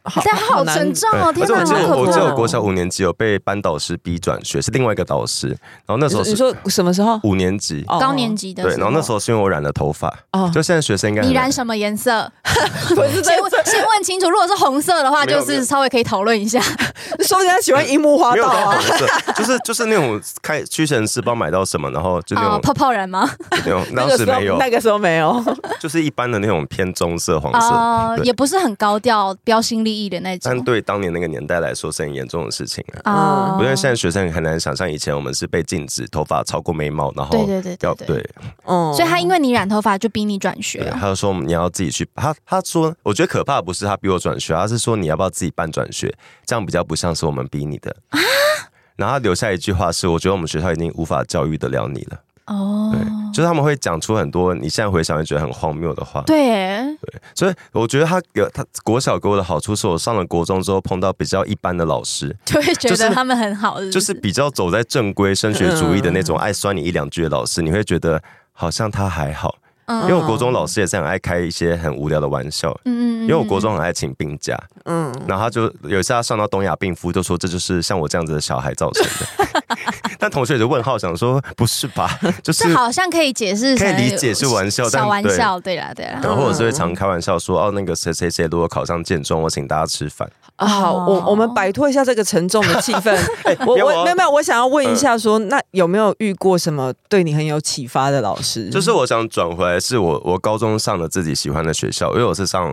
Speaker 1: 好
Speaker 2: 这样好沉重哦！
Speaker 3: 而
Speaker 2: 天
Speaker 3: 且
Speaker 2: 哪，
Speaker 3: 我记
Speaker 2: 好
Speaker 3: 得
Speaker 2: 可
Speaker 3: 我记得
Speaker 2: 怕
Speaker 3: 我
Speaker 2: 哦！
Speaker 3: 国小五年级有被班导师逼转学，是另外一个导师。然后那时候
Speaker 1: 你
Speaker 3: 是
Speaker 1: 说你说什么时候？
Speaker 3: 五年级，
Speaker 1: 哦
Speaker 2: 高年级的，
Speaker 3: 对，然后那时候是因为我染了头发，
Speaker 1: 哦
Speaker 3: 就现在学生应该很
Speaker 2: 你染什么颜色？
Speaker 1: 不是
Speaker 2: 先问先问清楚，如果是红色的话，
Speaker 3: 没有
Speaker 2: 就
Speaker 3: 没有
Speaker 2: 是稍微可以讨论一下。
Speaker 1: 哦说人家喜欢樱木花
Speaker 3: 没有
Speaker 1: 道
Speaker 3: 到
Speaker 1: 啊
Speaker 3: 红，色，就是就是那种开屈臣氏帮买到什么，然后就那
Speaker 2: 哦，
Speaker 3: 种
Speaker 2: 泡泡染吗？
Speaker 3: 那种
Speaker 1: 那
Speaker 3: 当
Speaker 1: 个
Speaker 3: 时
Speaker 1: 时
Speaker 3: 没
Speaker 1: 候
Speaker 3: 有
Speaker 1: 那，个时候没 有，
Speaker 3: 就是一般的那种偏棕色、黄色。
Speaker 2: 哦，
Speaker 3: 对
Speaker 2: 也不是很高调、标新立异的那
Speaker 3: 但
Speaker 2: 种。
Speaker 3: 对当年那个年代来说是很严重的事情啊。
Speaker 2: 哦
Speaker 3: 我觉得现在学生很难想象，以前我们是被禁止头发超过眉毛，然后
Speaker 2: 对对对
Speaker 3: 要
Speaker 2: 对对。
Speaker 3: 对
Speaker 1: 嗯，
Speaker 2: 所以他因为你染头发就逼你转学
Speaker 3: 对，
Speaker 2: 啊，
Speaker 3: 他就说我们你要自己去。他他说，我觉得可怕的不是他逼我转学，他是说你要不要自己办转学，这样比较不像是我们逼你的。
Speaker 2: 啊
Speaker 3: 然后他留下一句话是，我觉得我们学校已经无法教育得了你了。
Speaker 2: 哦，
Speaker 3: 就是他们会讲出很多你现在回想会觉得很荒谬的话。
Speaker 2: 对耶，
Speaker 3: 所以我觉得他有他国小给我的好处是我上了国中之后碰到比较一般的老师，
Speaker 2: 就会觉
Speaker 3: 就是
Speaker 2: 得他们很好，是不
Speaker 3: 就是比较走在正规升学主义的
Speaker 2: 嗯
Speaker 3: 那种爱酸你一两句的老师，你会觉得好像他还好。因为我国中老师也是很爱开一些很无聊的玩笑，
Speaker 2: 嗯嗯嗯嗯，
Speaker 3: 因为我国中很爱请病假，
Speaker 1: 嗯，
Speaker 3: 然后他就有一次他上到东亚病夫，就说这就是像我这样子的小孩造成 的。但同学也就问号，想说不是吧？就是
Speaker 2: 这好像可以解释
Speaker 3: 可
Speaker 2: 成，
Speaker 3: 以理解是玩笑，但
Speaker 2: 小玩
Speaker 3: 对。
Speaker 2: 笑，对啦对啦，
Speaker 3: 然后或者是会常开玩笑说，哦，那个谁谁谁如果考上建中，我请大家吃饭。
Speaker 1: 啊好，
Speaker 2: 哦
Speaker 1: 我我们摆脱一下这个沉重的气 氛。哎我
Speaker 3: 哎要嗯
Speaker 1: 我
Speaker 3: 我
Speaker 1: 没有没有，我想要问一下说，那有没有遇过什么对你很有启发的老师？
Speaker 3: 就是我想转回来，是我我高中上的自己喜欢的学校，因为我是上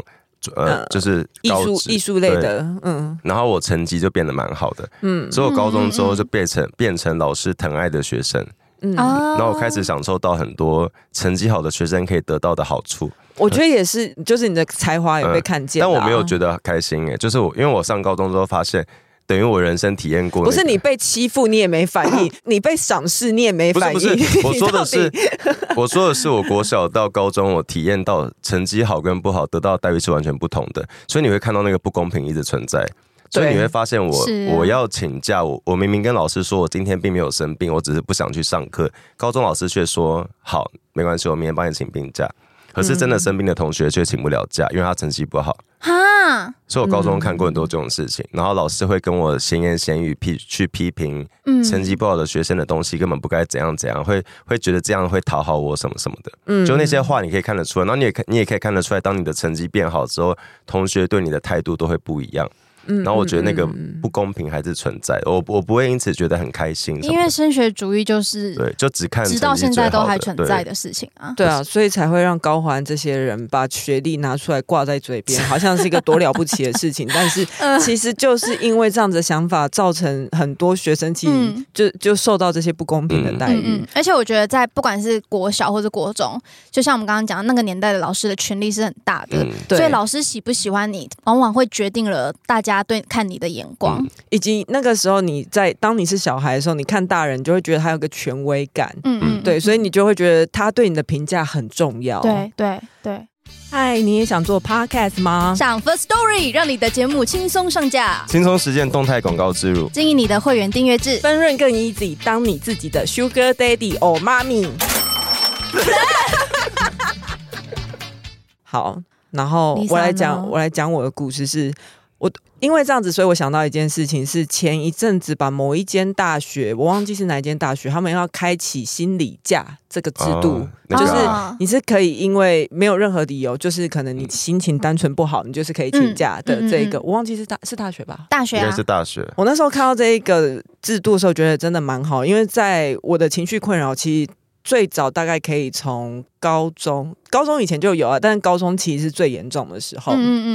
Speaker 3: 呃
Speaker 1: 嗯
Speaker 3: 就是
Speaker 1: 艺
Speaker 3: 高
Speaker 1: 术
Speaker 3: 职
Speaker 1: 艺术类。
Speaker 3: 对
Speaker 1: 的，嗯
Speaker 3: 然后我成绩就变得蛮好的，
Speaker 1: 嗯
Speaker 3: 所以我高中之
Speaker 2: 嗯嗯
Speaker 3: 后
Speaker 2: 嗯
Speaker 3: 就变成变成老师疼爱的学生，
Speaker 1: 嗯。
Speaker 2: 哦，
Speaker 3: 然后我开始享受到很多成绩好的学生可以得到的好处，
Speaker 1: 我觉得也是，就是你的才华也被看见、
Speaker 3: 嗯但我没有觉
Speaker 1: 得，
Speaker 3: 欸得开心诶、就是我因为我上高中之后发现，等于我人生体验过、那
Speaker 1: 不
Speaker 3: 个
Speaker 1: 是你被欺负你也没反 应，你被赏识你也没
Speaker 3: 不是
Speaker 1: 反
Speaker 3: 不
Speaker 1: 应。
Speaker 3: 是， 我
Speaker 1: E 你
Speaker 3: 说
Speaker 1: 到
Speaker 3: 的
Speaker 1: 底
Speaker 3: 是，我说的是我国小到高中，我体验到成绩好跟不好得到的待遇是完全不同的，所以你会看到那个不公平一直存在。所以
Speaker 1: 对
Speaker 3: 你会发现我，
Speaker 2: 是
Speaker 3: 我要请假，我我明明跟老师说我今天并没有生病，我只是不想去上课，高中老师却说好，没关系，我明天帮你请病假。可是真的生病的同学却请不了假，因为他成绩不好。
Speaker 2: 哦哈，
Speaker 3: 所以我高中看过很多
Speaker 1: 嗯
Speaker 3: 这种事情，然后老师会跟我闲言闲语批去批评
Speaker 2: 嗯
Speaker 3: 成绩不好的学生的东西根本不该怎样怎样，会会觉得这样会讨好我什么什么的，嗯，就那些话你可以看得出来，然后你也看你也可以看得出来，当你的成绩变好之后，同学对你的态度都会不一样，嗯，然后我觉得那个不公平还是存在的，我我不会因此觉得很开心什
Speaker 2: 因
Speaker 3: 么
Speaker 2: 为
Speaker 3: 的，
Speaker 2: 升学主义就是
Speaker 3: 对，就只看
Speaker 2: 直到
Speaker 3: 成
Speaker 2: 现
Speaker 3: 绩最
Speaker 2: 在
Speaker 3: 好
Speaker 2: 都
Speaker 3: 的
Speaker 2: 还存在
Speaker 3: 对
Speaker 2: 的事情啊。
Speaker 1: 对啊，所以才会让高环这些人把学历拿出来挂在嘴 边，好像是一个多了不起的事情。但是
Speaker 2: 嗯
Speaker 1: 其实就是因为这样子的想法，造成很多学生其实
Speaker 2: 嗯
Speaker 1: 就、就受到这些不公平的待遇。
Speaker 2: 嗯嗯，而且我觉得在不管是国小或者国中，就像我们刚刚讲的，那个年代的老师的权力是很大的，
Speaker 3: 嗯，
Speaker 1: 对，
Speaker 2: 所以老师喜不喜欢你，往往会决定了大家对看你的眼光。
Speaker 1: 以及那个时候你在当你是小孩的时候，你看大人就会觉得他有个权威感，
Speaker 2: 嗯嗯，
Speaker 1: 对，所以你就会觉得他对你的评价很重要。，
Speaker 2: 对对对，
Speaker 1: 嗨，你也想做 podcast
Speaker 3: 嗯
Speaker 1: 吗？
Speaker 2: 上 First Story 让你的节目轻松上架，
Speaker 3: 轻松实践动态广告植入，
Speaker 2: 经营你的会员订阅制。
Speaker 1: 分润更 easy，当你自己的 sugar daddy or mommy。好，然后
Speaker 2: Lisa
Speaker 1: 我来
Speaker 2: 呢
Speaker 1: 讲，我来讲我的故事是。我因为这样子，所以我想到一件事情，是前一阵子吧，某一间大学，我忘记是哪一间大学，他们要开启心理假这个制度，
Speaker 3: 哦那个
Speaker 1: 就是
Speaker 2: 啊
Speaker 1: 你是可以因为没有任何理由，就是可能你心情单纯不好，你就是可以请假的
Speaker 2: 嗯嗯嗯
Speaker 1: 这个，我忘记是大是大学吧，
Speaker 2: 大学
Speaker 3: 应该
Speaker 2: 啊
Speaker 3: 是，大学，
Speaker 1: 我那时候看到这一个制度的时候，觉得真的蛮好，因为在我的情绪困扰期，最早大概可以从高中，高中以前就有啊，但是高中其实是最严重的时候。
Speaker 2: 嗯嗯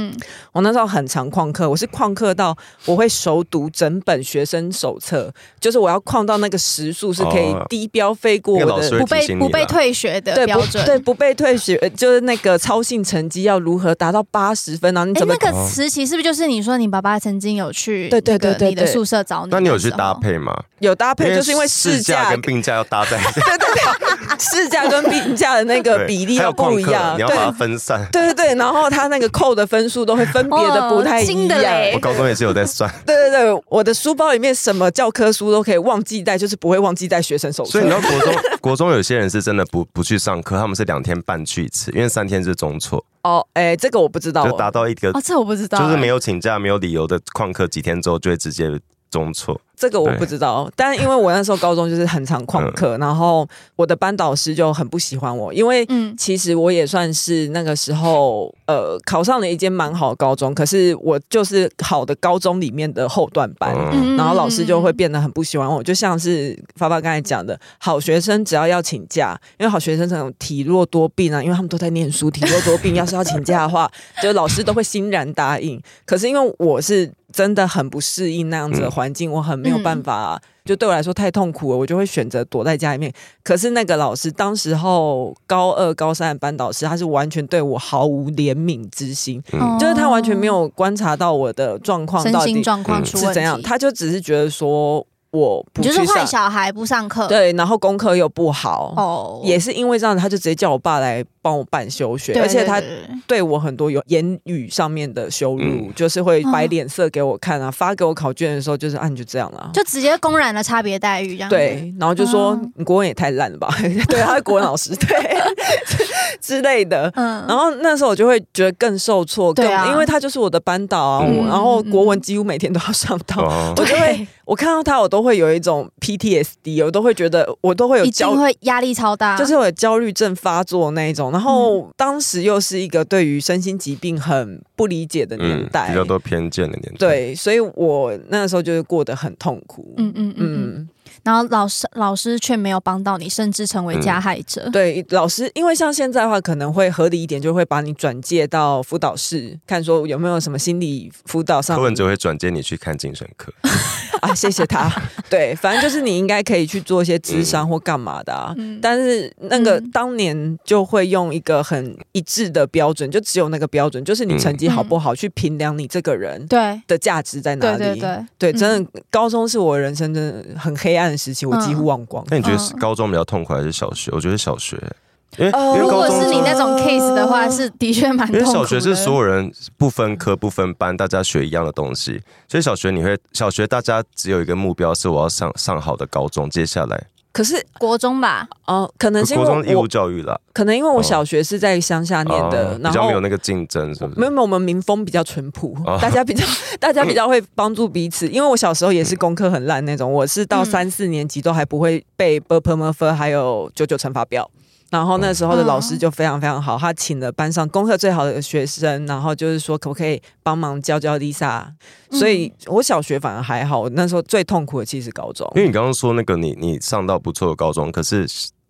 Speaker 1: 我那时候很常旷课，我是旷课到我会熟读整本学生手册，就是我要旷到那个时速是可以
Speaker 3: 哦
Speaker 1: 低标飞过
Speaker 3: 那个
Speaker 1: 我
Speaker 3: 老
Speaker 1: 的
Speaker 3: 师
Speaker 2: 嗯，
Speaker 3: 会
Speaker 2: 不
Speaker 3: 提
Speaker 2: 被
Speaker 3: 醒
Speaker 2: 不
Speaker 3: 你
Speaker 2: 被
Speaker 3: 啦。
Speaker 2: 退学的
Speaker 1: 对
Speaker 2: 标
Speaker 1: 不
Speaker 2: 准。
Speaker 1: 对不被退学，呃就是那个操性成绩要如何达到八十分，然后你
Speaker 2: 哎，
Speaker 1: 怎么
Speaker 2: 那个时期是不是就是你说你爸爸曾经有去
Speaker 1: 对对对
Speaker 2: 那个
Speaker 1: 对
Speaker 2: 你的
Speaker 1: 对
Speaker 2: 宿舍找你？
Speaker 3: 那你有去搭？配吗？
Speaker 1: 有搭配？就是因为
Speaker 3: 试
Speaker 1: 试
Speaker 3: 驾
Speaker 1: 驾
Speaker 3: 跟病假要搭在一起，
Speaker 1: 对对对，市价跟病价的那个
Speaker 3: 对
Speaker 1: 比例
Speaker 3: 还有
Speaker 1: 要不
Speaker 3: 旷
Speaker 1: 一
Speaker 3: 课
Speaker 1: 样，
Speaker 3: 你
Speaker 1: 对
Speaker 3: 要把它分散。
Speaker 1: 对对对，然后他那个扣的分数都会分别的不太
Speaker 2: 哦新
Speaker 1: 一
Speaker 2: 的
Speaker 1: 样。
Speaker 2: 嘞
Speaker 3: 我高中也是有在 算，
Speaker 1: 对对对，我的书包里面什么教科书都可以忘记带，就是不会忘记带学生手册。
Speaker 3: 所以你知道国中国中有些人是真的不不去上课，他们是两天半去一次，因为三天是中错，
Speaker 1: 哦，哎，这个我不知道
Speaker 3: 就达
Speaker 1: 哦，
Speaker 3: 到一个
Speaker 2: 哦，这我不知道，
Speaker 3: 就是没
Speaker 2: 有。
Speaker 3: 有请假、没有理由的旷课几天之后就会直接中 错。
Speaker 1: 这个我不知道。但因为我那时候高中就是很常旷
Speaker 3: 嗯
Speaker 1: 课，然后我的班导师就很不喜欢我，因为
Speaker 2: 嗯
Speaker 1: 其实我也算是那个时候，呃，考上了一间蛮好的高中，可是我就是好的高中里面的后段班，
Speaker 3: 嗯，
Speaker 2: 嗯
Speaker 1: 然后老师就会
Speaker 2: 嗯
Speaker 1: 变得很不喜欢我，就像是发发刚才讲的，好学生只要要请假，因为好学生这种体弱多病啊，因为他们都在念书，体弱多病，要是要请假的话，就老师都会欣然答应。可是因为我是真的很不适应那样子的环境，我很没有
Speaker 2: 嗯
Speaker 1: 办法、就对我来说太痛苦了，我就会选择躲在家里面。可是那个老师，当时候高二、高三的班导师，他是完全对我毫无怜悯之心，
Speaker 2: 嗯
Speaker 1: 就是他完全没有观察到我的状况
Speaker 2: 身
Speaker 1: 到
Speaker 2: 心
Speaker 1: 底
Speaker 2: 状况
Speaker 3: 嗯
Speaker 2: 出问题，
Speaker 1: 是怎样？他就只是觉得说我不
Speaker 2: 你
Speaker 1: 去
Speaker 2: 就是坏
Speaker 1: 上，
Speaker 2: 小孩不上课，
Speaker 1: 对，然后功课又不好，
Speaker 2: 哦，
Speaker 1: 也是因为这样子，他就直接叫我爸来帮我办休学，
Speaker 2: 对，
Speaker 1: 而且他
Speaker 2: 对对对
Speaker 1: 对我很多有言语上面的羞辱，
Speaker 3: 嗯
Speaker 1: 就是会摆脸色给我看啊，发给我考卷的时候就是啊，你就这样啦。
Speaker 2: 嗯就直接公然的差别待遇这样子，
Speaker 1: 对，然后就说、
Speaker 2: 嗯
Speaker 1: 你国文也太烂了吧？ 对，他是国文老师，对之类的。
Speaker 2: 嗯，
Speaker 1: 然后那时候我就会觉得更受挫，更
Speaker 2: 对啊
Speaker 1: 因为他就是我的班导啊，我
Speaker 3: 嗯
Speaker 1: 然后国文几乎每天都要上到，
Speaker 3: 哦
Speaker 1: 我就会，我看到他，我都会有一种 PTSD，我都会觉得我都会有
Speaker 2: 一
Speaker 1: 焦
Speaker 2: 定，会压力超大，
Speaker 1: 就是我有焦虑症发作那一种。然
Speaker 2: 嗯
Speaker 1: 后当时又是一个对于身心疾病很不理解的年
Speaker 3: 嗯，
Speaker 1: 代，
Speaker 3: 比较多偏见的年代。，
Speaker 1: 对，所以我那时候就是过得很痛苦。
Speaker 2: 嗯嗯嗯嗯，
Speaker 1: 嗯，
Speaker 2: 然后老师老师却没有帮到你，甚至成为加害者，
Speaker 1: 嗯对，老师，因为像现在的话，可能会合理一点，就会把你转介到辅导室，看说有没有什么心理辅导上
Speaker 3: 柯。文哲会转接你去看精神科，
Speaker 1: 啊，谢谢他。对，反正就是你应该可以去做一些智商或干嘛的啊。
Speaker 2: 嗯
Speaker 1: 但是那个
Speaker 2: 嗯
Speaker 1: 当年就会用一个很一致的标准，就只有那个标准，就是
Speaker 3: 嗯
Speaker 1: 你成绩好不好去评量你这个人
Speaker 2: 对
Speaker 1: 的价值在哪
Speaker 2: 对
Speaker 1: 里。
Speaker 2: 对嗯对
Speaker 1: 对真的，高中是我人生真的很黑暗的时期，我几乎忘光。
Speaker 3: 那你觉得是
Speaker 2: 嗯
Speaker 3: 高中比较痛苦还是小学？我觉得小学，因为
Speaker 1: 呃
Speaker 3: 因为
Speaker 2: 如
Speaker 3: 高
Speaker 2: 果
Speaker 3: 中
Speaker 2: 是你那
Speaker 1: 哦
Speaker 2: 种 case 的话，是的确蛮
Speaker 3: 因为
Speaker 2: 痛苦的。
Speaker 3: 小学是所有人不分科不分班，大家学一样的东西，所以小学你会小学大家只有一个目标是我要上上好的高中，接下来
Speaker 1: 可是
Speaker 2: 国中吧，
Speaker 1: 哦、呃可能是因
Speaker 3: 国中义
Speaker 1: 为
Speaker 3: 务
Speaker 1: 我，
Speaker 3: 教育啦，
Speaker 1: 可能因为我
Speaker 3: 哦
Speaker 1: 小学是在乡下念的，
Speaker 3: 哦
Speaker 1: 然
Speaker 3: 比
Speaker 1: 后
Speaker 3: 较没有那个竞争，是不
Speaker 1: 没有
Speaker 3: 是？
Speaker 1: 没有，我们民风比较淳朴，
Speaker 3: 哦
Speaker 1: 大家比较 大家比较会帮助彼此。因为我小时候也是功课很烂那种，我是到
Speaker 2: 嗯
Speaker 1: 三四年级都还不会背 b u r p e r m e r f 还有九九乘法表。然后那时
Speaker 2: 哦
Speaker 1: 候的老师就非常非常好，他请了班上功课最好的学生，然后就是说可不可以帮忙教教 Lisa。所
Speaker 2: 嗯
Speaker 1: 以我小学反而还好，我那时候最痛苦的其实是高中。
Speaker 3: 因为你刚刚说那个你你上到不错的高中，可是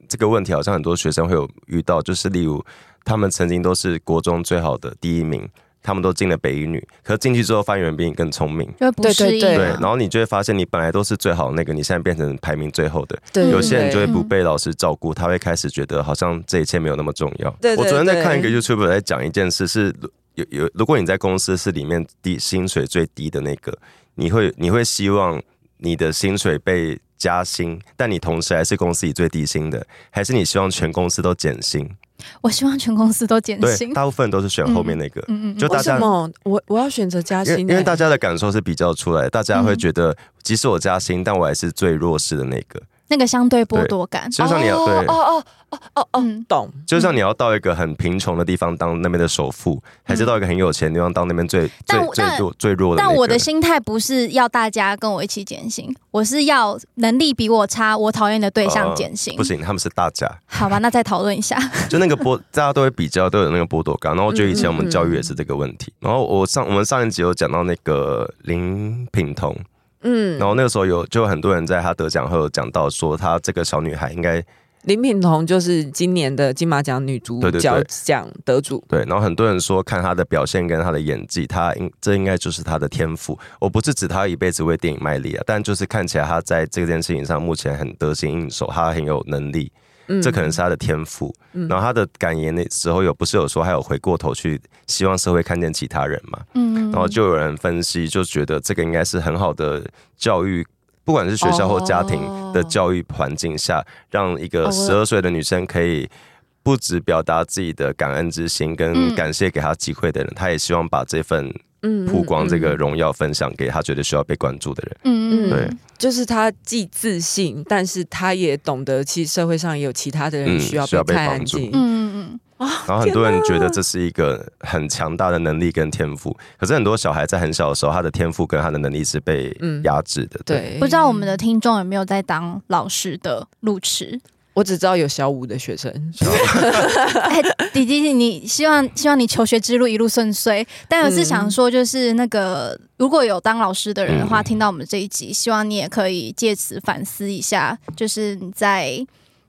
Speaker 3: 这个问题好像很多学生会有遇到，就是例如他们曾经都是国中最好的第一名，他们都进了北一女，可是进去之后发现有人比你更聪明。
Speaker 2: 就会不适应
Speaker 1: 对
Speaker 2: 啊。
Speaker 1: 啊
Speaker 3: 对，然后你就会发现，你本来都是最好的那个，你现在变成排名最后的。
Speaker 1: 嗯对
Speaker 3: 有些人就会
Speaker 2: 对
Speaker 3: 不被老师照顾，他会开始觉得好像这一切没有那么重要。
Speaker 1: 对对
Speaker 3: 我昨天在看一个
Speaker 1: 对
Speaker 3: YouTube 在讲一件事，是有有，如果你在公司是里面低薪水最低的那个，你会你会希望你的薪水被加薪，但你同时还是公司里最低薪的，还是你希望全公司都减薪？
Speaker 2: 我希望全公司都减
Speaker 3: 对，
Speaker 2: 薪。
Speaker 3: 大部分都是选后面那个，
Speaker 2: 嗯嗯嗯，
Speaker 3: 就
Speaker 1: 为
Speaker 3: 大
Speaker 1: 什
Speaker 3: 家。
Speaker 1: 么我我要选择欸加
Speaker 3: 因为
Speaker 1: 薪
Speaker 3: 因
Speaker 1: 呢、
Speaker 3: 为大家的感受是比较出来的，大家会
Speaker 2: 嗯
Speaker 3: 觉得，即使我加薪，但我还是最弱势的那个。
Speaker 2: 那个相对剥夺感。
Speaker 3: 就像你要对，
Speaker 1: 哦哦哦哦，
Speaker 2: 嗯，
Speaker 1: 懂。
Speaker 3: 就像你要到一个很贫穷的地方当那边的首富，还是到一个很有钱的地方当那边最最
Speaker 2: 嗯但我
Speaker 3: 最
Speaker 2: 但
Speaker 3: 弱最弱的那个？
Speaker 2: 但我的心态不是要大家跟我一起减薪，我是要能力比我差、我讨厌的对象减薪。
Speaker 3: 呃不行，他们是大家，
Speaker 2: 好吧，那再讨论 一下。
Speaker 3: 就那个波，大家都会比较，都有那个波动感。然后我觉得以前我
Speaker 1: 嗯嗯
Speaker 3: 们
Speaker 1: 嗯
Speaker 3: 教育也是这个问题。
Speaker 2: 嗯
Speaker 3: 然后我上我们上一集有讲到那个林品彤，
Speaker 1: 嗯，
Speaker 3: 然后那个时候有就有很多人在她得奖后有讲到说，她这个小女孩应该
Speaker 1: 林品彤就是今年的金马奖女主
Speaker 3: 对对
Speaker 1: 角
Speaker 3: 对
Speaker 1: 奖得主。
Speaker 3: 对，然后很多人说看她的表现跟她的演技，她应这应该就是她的天赋。我不是指她一辈子为电影卖力啊，但就是看起来她在这件事情上目前很得心应手，她很有能力，
Speaker 1: 嗯
Speaker 3: 这可能是她的天赋。
Speaker 1: 嗯
Speaker 3: 然后她的感言的时候有不是有说，还有回过头去希望社会看见其他人嘛？
Speaker 2: 嗯，
Speaker 3: 然后就有人分析，就觉得这个应该是很好的教育，不管是学校或家庭
Speaker 1: 哦
Speaker 3: 的教育环境下，让一
Speaker 1: 哦
Speaker 3: 个
Speaker 1: 我
Speaker 3: 十二岁的女生可以。不只表达自己的感恩之心跟
Speaker 2: 嗯
Speaker 3: 感谢给她机会的人，她也希望把这份
Speaker 1: 嗯
Speaker 3: 曝光、这个
Speaker 1: 嗯
Speaker 3: 荣耀分享给她觉得需要被关注的人。
Speaker 2: 嗯嗯，
Speaker 3: 对
Speaker 2: 嗯
Speaker 1: 就是他既自信，但是他也懂得，其实社会上也有其他的人
Speaker 3: 嗯
Speaker 1: 需要
Speaker 3: 需要被
Speaker 1: 看
Speaker 3: 帮助
Speaker 1: 见。
Speaker 2: 嗯嗯
Speaker 3: 然后很多人觉得这是一个很强大的能力跟天赋，可是很多小孩在很小的时候，他的天赋跟他的能力是被
Speaker 1: 嗯
Speaker 3: 压制的。对，
Speaker 1: 对，
Speaker 2: 嗯，不知道我们的听众有没有在当老师的路痴？
Speaker 1: 我只知道有小五的学生，
Speaker 2: 哎，弟弟，你希望希望你求学之路一路顺遂，但我是想说，就是那个如果有当老师的人的话，
Speaker 3: 嗯
Speaker 2: 听到我们这一集，希望你也可以借此反思一下，就是你在。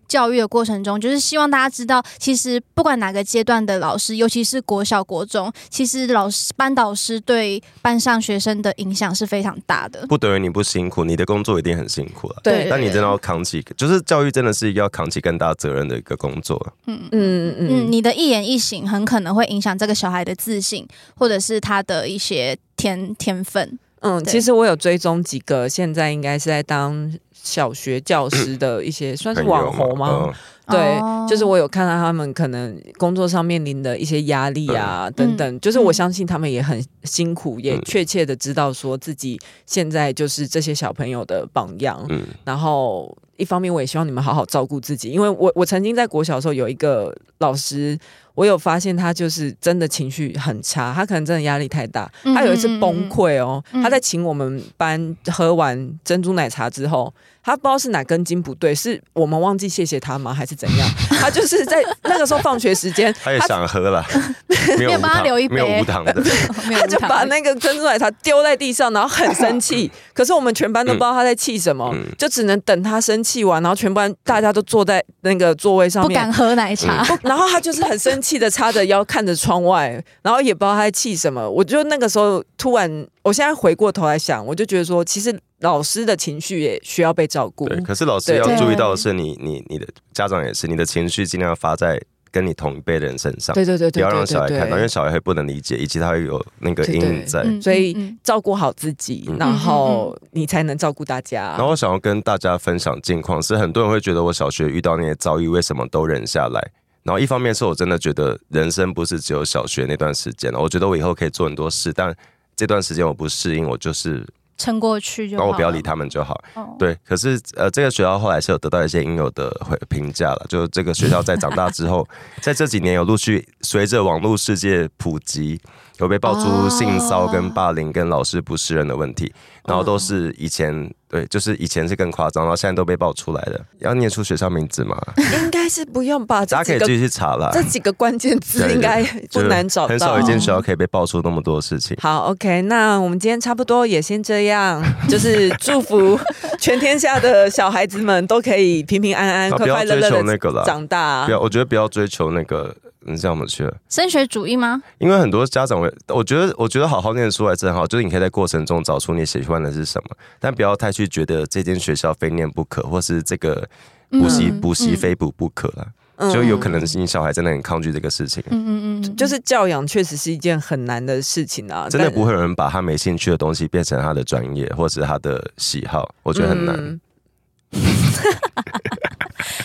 Speaker 2: 教育的过程中，就是希望大家知道，其实不管哪个阶段的老师，尤其是国小、国中，其实老师、班导师对班上学生的影响是非常大 的。
Speaker 3: 不等于你不辛苦，你的工作一定很辛苦啊了。
Speaker 2: 对
Speaker 3: 但你真的要扛起，就是教育真的是一个要扛起更大责任的一个工作。
Speaker 2: 嗯
Speaker 1: 嗯嗯
Speaker 2: 嗯，你的一言一行很可能会影响这个小孩的自信，或者是他的一些天天分。
Speaker 1: 嗯，
Speaker 2: 对
Speaker 1: 其实我有追踪几个，现在应该是在当小学教师的一些，算是
Speaker 3: 朋友
Speaker 1: 网红吗？
Speaker 3: 嘛？嗯
Speaker 1: 对
Speaker 2: 哦，
Speaker 1: 就是我有看到他们可能工作上面临的一些压力啊，
Speaker 2: 对
Speaker 1: 等等，就是我相信他们也很辛苦，也
Speaker 3: 嗯
Speaker 1: 确切的知道说自己现在就是这些小朋友的榜样。
Speaker 3: 嗯嗯，
Speaker 1: 然后一方面我也希望你们好好照顾自己，因为我我曾经在国小的时候有一个老师，我有发现他就是真的情绪很差，他可能真的压力太大，
Speaker 2: 嗯
Speaker 1: 他有一次崩溃哦，
Speaker 2: 嗯嗯嗯
Speaker 1: 他在请我们班喝完珍珠奶茶之后，他不知道是哪根筋不对，是我们忘记谢谢他吗，还是怎样？ 他就是在那个时候放学时 间，
Speaker 3: 他也想喝了，没
Speaker 2: 没有
Speaker 3: 无
Speaker 2: 帮他
Speaker 3: 糖
Speaker 2: 留一杯
Speaker 3: 没有无糖的。
Speaker 2: 没有
Speaker 1: 他就把那个珍珠奶茶丢在地上，然后很生 气。可是我们全班都不知道他在气什么，
Speaker 3: 嗯
Speaker 1: 就只能等他生气完，然后全班大家都坐在那个座位上 嗯
Speaker 2: 不
Speaker 1: 面
Speaker 2: 敢。喝奶茶，
Speaker 1: 不然后他就是很生气的叉着腰看着窗外，然后也不知道他在气什么。我就那个时候突然，我现在回过头来想，我就觉得说，其实老师的情绪也需要被照顾。
Speaker 3: 对，可是老师
Speaker 1: 对
Speaker 3: 要
Speaker 2: 对
Speaker 3: 注意到的是你，你你的家长也是，你的情绪尽量发在跟你同一辈的人身上，
Speaker 1: 对对对
Speaker 3: 不
Speaker 1: 对
Speaker 3: 要
Speaker 1: 对
Speaker 3: 让小孩
Speaker 1: 对
Speaker 3: 看到，因为
Speaker 1: 对，
Speaker 3: 小孩会不能理解，以及他会有那个阴影在。
Speaker 2: 嗯
Speaker 1: 所以
Speaker 2: 嗯
Speaker 1: 照顾好自己，
Speaker 3: 嗯
Speaker 1: 然后你才能照顾大家
Speaker 3: 然。后我想要跟大家分享近况，是很多人会觉得我小学遇到那些遭遇，为什么都忍下来？然后一方面是我真的觉得人生不是只有小学那段时间了，我觉得我以后可以做很多事，但这段时间我不适应，我就是
Speaker 2: 撑过去就
Speaker 3: 然
Speaker 2: 好。
Speaker 3: 哦后我不要理。他们就好。
Speaker 2: 哦，
Speaker 3: 对，可是呃，这个学校后来是有得到一些应有的回评价了。就这个学校在长大 之后，在这几年有陆续随着网络世界普及，有被爆
Speaker 1: 哦
Speaker 3: 出性骚跟霸凌、跟老师不是人的问题，然后
Speaker 1: 嗯
Speaker 3: 都是以前对，就是以前是更夸张，然后现在都被爆出来了。要念出学校名字吗？
Speaker 1: 应该是不用吧？这
Speaker 3: 大家可
Speaker 1: 几
Speaker 3: 以自
Speaker 1: 个
Speaker 3: 己去查啦。
Speaker 1: 这几个关键字
Speaker 3: 对
Speaker 1: 应该
Speaker 3: 就
Speaker 1: 不难找
Speaker 3: 很
Speaker 1: 到哦
Speaker 3: 少一。间学校可以被爆出那么多事情。
Speaker 1: 好，OK，那我们今天差不多也先这样，就是祝福 全天下的小孩子们都可以平平安安、
Speaker 3: 好
Speaker 1: 快
Speaker 3: 啊不
Speaker 1: 嗯
Speaker 3: 要
Speaker 1: 快乐
Speaker 3: 追求
Speaker 1: 乐
Speaker 3: 那
Speaker 1: 的
Speaker 3: 个啦
Speaker 1: 长大
Speaker 3: 不。要，我觉得不要追求那个，你知道我们去了。
Speaker 2: 升学主义吗？
Speaker 3: 因为很多家长会，我觉得，我觉得好好念书还是很好，就是你可以在过程中找出你喜欢的是什么，但不要太去觉得这间学校非念不可，或是这个补习、
Speaker 2: 嗯
Speaker 3: 补习
Speaker 2: 嗯
Speaker 3: 非补不可啦，
Speaker 1: 嗯
Speaker 3: 就有可能是你小孩真的很抗拒这个事情，
Speaker 2: 嗯嗯嗯，
Speaker 1: 就是教养确实是一件很难的事情啊，
Speaker 3: 真的
Speaker 1: 但
Speaker 3: 不会有人把他没兴趣的东西变成他的专业或是他的喜好，我觉得很难。
Speaker 1: 嗯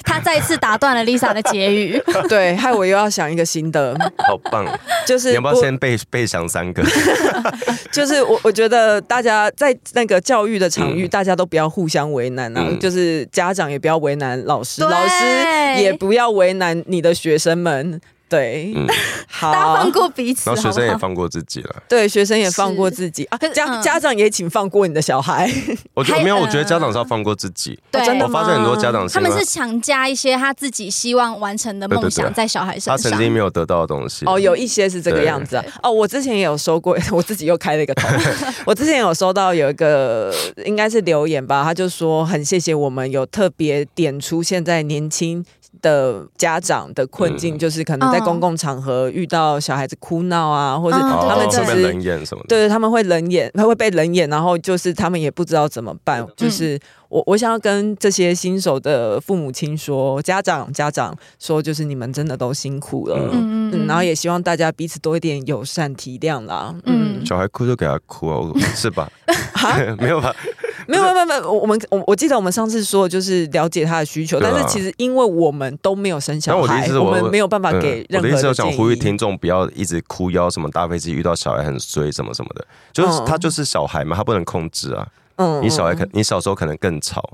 Speaker 2: 他再一次打断了 Lisa 的 结语。
Speaker 1: 对，害我又要想一个新的，
Speaker 3: 好棒！
Speaker 1: 就是
Speaker 3: 你要不要
Speaker 1: 不
Speaker 3: 先背背详三 个？
Speaker 2: 啊
Speaker 1: 就是我我觉得大家在那个教育的场域，大家都不要互相为难啊，
Speaker 3: 嗯
Speaker 1: 就是家长也不要为难老师，
Speaker 2: 对
Speaker 1: 老师也不要为难你的学生们。对，
Speaker 3: 嗯，
Speaker 1: 好，
Speaker 2: 大家放过彼此，
Speaker 3: 然后学生也
Speaker 2: 好不好
Speaker 3: 放过自己了。
Speaker 1: 对学生也放过自己啊
Speaker 2: 可，是
Speaker 1: 家、
Speaker 2: 嗯
Speaker 1: 家长也请放过你的小孩。哦
Speaker 3: 我觉得
Speaker 2: 还
Speaker 3: 没有，我觉得
Speaker 2: 呃
Speaker 3: 家长是要放过自己。
Speaker 2: 对，
Speaker 1: 真的
Speaker 3: 我
Speaker 1: 吗
Speaker 3: 发现很多家长是
Speaker 2: 他
Speaker 3: 因为
Speaker 2: 们是强加一些他自己希望完成的梦
Speaker 3: 对对
Speaker 2: 想
Speaker 3: 对
Speaker 2: 在小孩身
Speaker 3: 他
Speaker 2: 上。
Speaker 3: 曾经没有得到的东西。
Speaker 1: 哦，有一些是这个样子啊
Speaker 2: 对。
Speaker 1: 哦，我之前也有收过， 我自己又开了一 个头。我之前有收到有一个应该是留言吧，他就说很谢谢我们有特别点出现在年轻。的家长的困境、
Speaker 3: 嗯
Speaker 1: 就是可能在
Speaker 2: 嗯
Speaker 1: 公共场合遇到小孩子哭闹啊，或者
Speaker 2: 嗯
Speaker 3: 哦，
Speaker 1: 他们
Speaker 2: 对
Speaker 1: 其
Speaker 3: 会
Speaker 2: 对
Speaker 1: 实、
Speaker 3: 被冷眼什么的。
Speaker 1: 对，他们会冷眼， 他会被冷眼，然后就是他们也不知道怎么办。就是我，我想要跟这些新手的父母亲说，家长家长说，就是你们真的都辛苦了，
Speaker 2: 嗯
Speaker 1: 嗯
Speaker 2: 嗯嗯
Speaker 1: 然后也希望大家彼此多一点友善体谅啦。嗯，
Speaker 3: 小孩哭就给他哭啊，我是 吧？
Speaker 1: 啊
Speaker 3: 没有吧？
Speaker 1: 没有没有没有，我我们我我记得我们上次说就是了解他的需求，
Speaker 3: 对啊
Speaker 1: 但是其实因为我们都没有生
Speaker 3: 但
Speaker 1: 小
Speaker 3: 我的意
Speaker 1: 孩
Speaker 3: 思是，
Speaker 1: 我
Speaker 3: 我
Speaker 1: 们没有办法
Speaker 3: 嗯
Speaker 1: 给任
Speaker 3: 我
Speaker 1: 何
Speaker 3: 的意思，
Speaker 1: 的
Speaker 3: 我想
Speaker 1: 建
Speaker 3: 呼吁
Speaker 1: 议。
Speaker 3: 听众不要一直哭腰，什么搭飞机遇到小孩很衰，什么什么的，就是
Speaker 1: 嗯
Speaker 3: 他就是小孩嘛，他不能控制啊。
Speaker 1: 嗯
Speaker 3: 你小孩可
Speaker 1: 嗯
Speaker 3: 你小时候可能 更吵，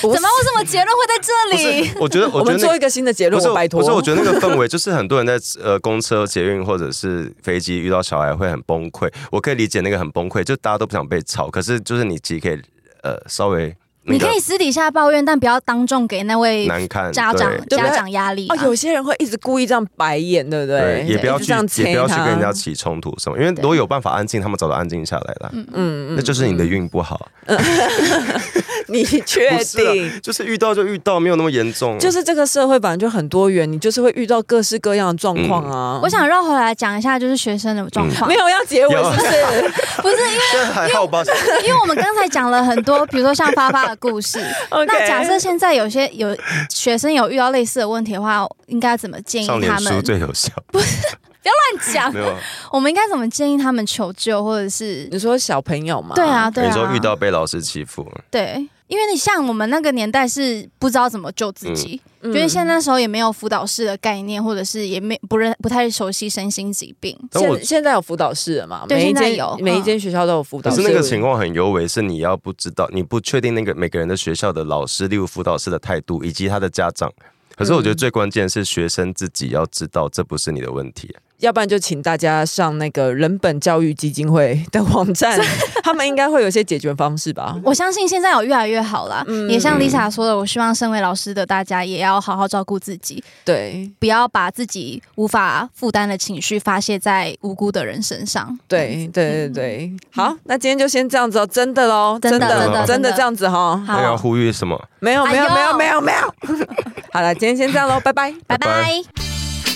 Speaker 1: 不是
Speaker 2: 怎么为什么结论会在
Speaker 3: 不
Speaker 2: 这里
Speaker 3: 是？？我觉得，
Speaker 1: 我
Speaker 3: 我觉
Speaker 1: 们
Speaker 3: 得
Speaker 1: 做
Speaker 3: 那
Speaker 1: 一。个新的结
Speaker 3: 不
Speaker 1: 论，
Speaker 3: 是，
Speaker 1: 我拜托。
Speaker 3: 不是，我觉得那个氛围就是很多人在呃公车、捷运或者是飞机遇到小孩会很崩溃，我可以理解那个很崩溃，就大家都不想被吵，可是就是你其实可以呃稍微那
Speaker 2: 你
Speaker 3: 个
Speaker 2: 可以私底下抱怨，但不要当众给那位
Speaker 3: 难看
Speaker 2: 家
Speaker 3: 嗯对嗯
Speaker 2: 长
Speaker 1: 对
Speaker 2: 家长压力啊。
Speaker 1: 哦，有些人会一直故意这样白眼，对不对？
Speaker 3: 也不要
Speaker 1: 一直
Speaker 3: 去
Speaker 1: 这样，
Speaker 3: 也
Speaker 1: 切
Speaker 3: 不要去
Speaker 1: 他
Speaker 3: 跟人家起冲突什么，因为如果有办法安静，他们早就安静下来了。
Speaker 1: 嗯嗯，
Speaker 3: 那就是你的运 不好，
Speaker 1: 你确
Speaker 3: 不是啊
Speaker 1: 定？
Speaker 3: 就是遇到就遇到，没有那么严重。啊
Speaker 1: 就是这个社会本来就很多元，你就是会遇到各式各样的状况啊。
Speaker 2: 嗯我想绕回来讲一下，就是学生的状
Speaker 3: 嗯
Speaker 2: 况。
Speaker 1: 没有要结尾
Speaker 3: 有啊
Speaker 1: 是不是
Speaker 2: 不是因
Speaker 3: 现在还好 吧？
Speaker 2: 为，因为我们刚才讲了很多，比如说像发发的故事。
Speaker 1: ？OK，
Speaker 2: 那假设现在有些有学生有遇到类似的问题的话，应该怎么建议
Speaker 3: 上脸
Speaker 2: 他们
Speaker 3: 书？最有效，
Speaker 2: 乱讲
Speaker 3: 没，有？啊
Speaker 2: 我们应该怎么建议他们求救，或者是
Speaker 1: 你说小朋友嘛，
Speaker 2: 对啊，，对
Speaker 3: 你
Speaker 2: 啊，
Speaker 3: 说遇到被老师欺负，
Speaker 2: 对，因为你像我们那个年代是不知道怎么救自己，
Speaker 1: 嗯
Speaker 2: 就是现在那时候也没有辅导室的概念，或者是也没不认不太熟悉身心疾病。
Speaker 3: 但我
Speaker 1: 现现在有辅导室了嘛？
Speaker 2: 对
Speaker 1: 每一
Speaker 2: 现在
Speaker 1: 间
Speaker 2: 有嗯
Speaker 1: 每一间学校都有辅导
Speaker 3: 可
Speaker 1: 室。
Speaker 3: 是那个情况很尤为，是你要不知道，你不确定那个每个人的学校的老师，例如辅导师的态度，以及他的家长。可是我
Speaker 1: 嗯
Speaker 3: 觉得最关键是学生自己要知道，这不是你的问题。
Speaker 1: 要不然就请大家上那个人本教育基金会的网站，他们应该会有一些解决方式 吧？
Speaker 2: 我相信现在有越来越好啦，也像 Lisa 说的，我希望身为老师的大家也要好好照顾自己，
Speaker 1: 对
Speaker 2: 不要把自己无法负担的情绪发泄在无辜的人身上。
Speaker 1: 对对对对，好，那今天就先这样子哦，真的喽，
Speaker 2: 嗯真
Speaker 1: 的
Speaker 3: 真
Speaker 2: 的
Speaker 3: 的
Speaker 1: 真
Speaker 2: 真的
Speaker 3: 哎
Speaker 1: 这样子哈，
Speaker 2: 好
Speaker 3: 那要呼吁什么？
Speaker 1: 没有没有没
Speaker 2: 哎
Speaker 1: 有
Speaker 2: 呦
Speaker 1: 没有没有，好了，今天先这样喽，拜拜。
Speaker 2: 拜
Speaker 3: 拜
Speaker 2: 拜。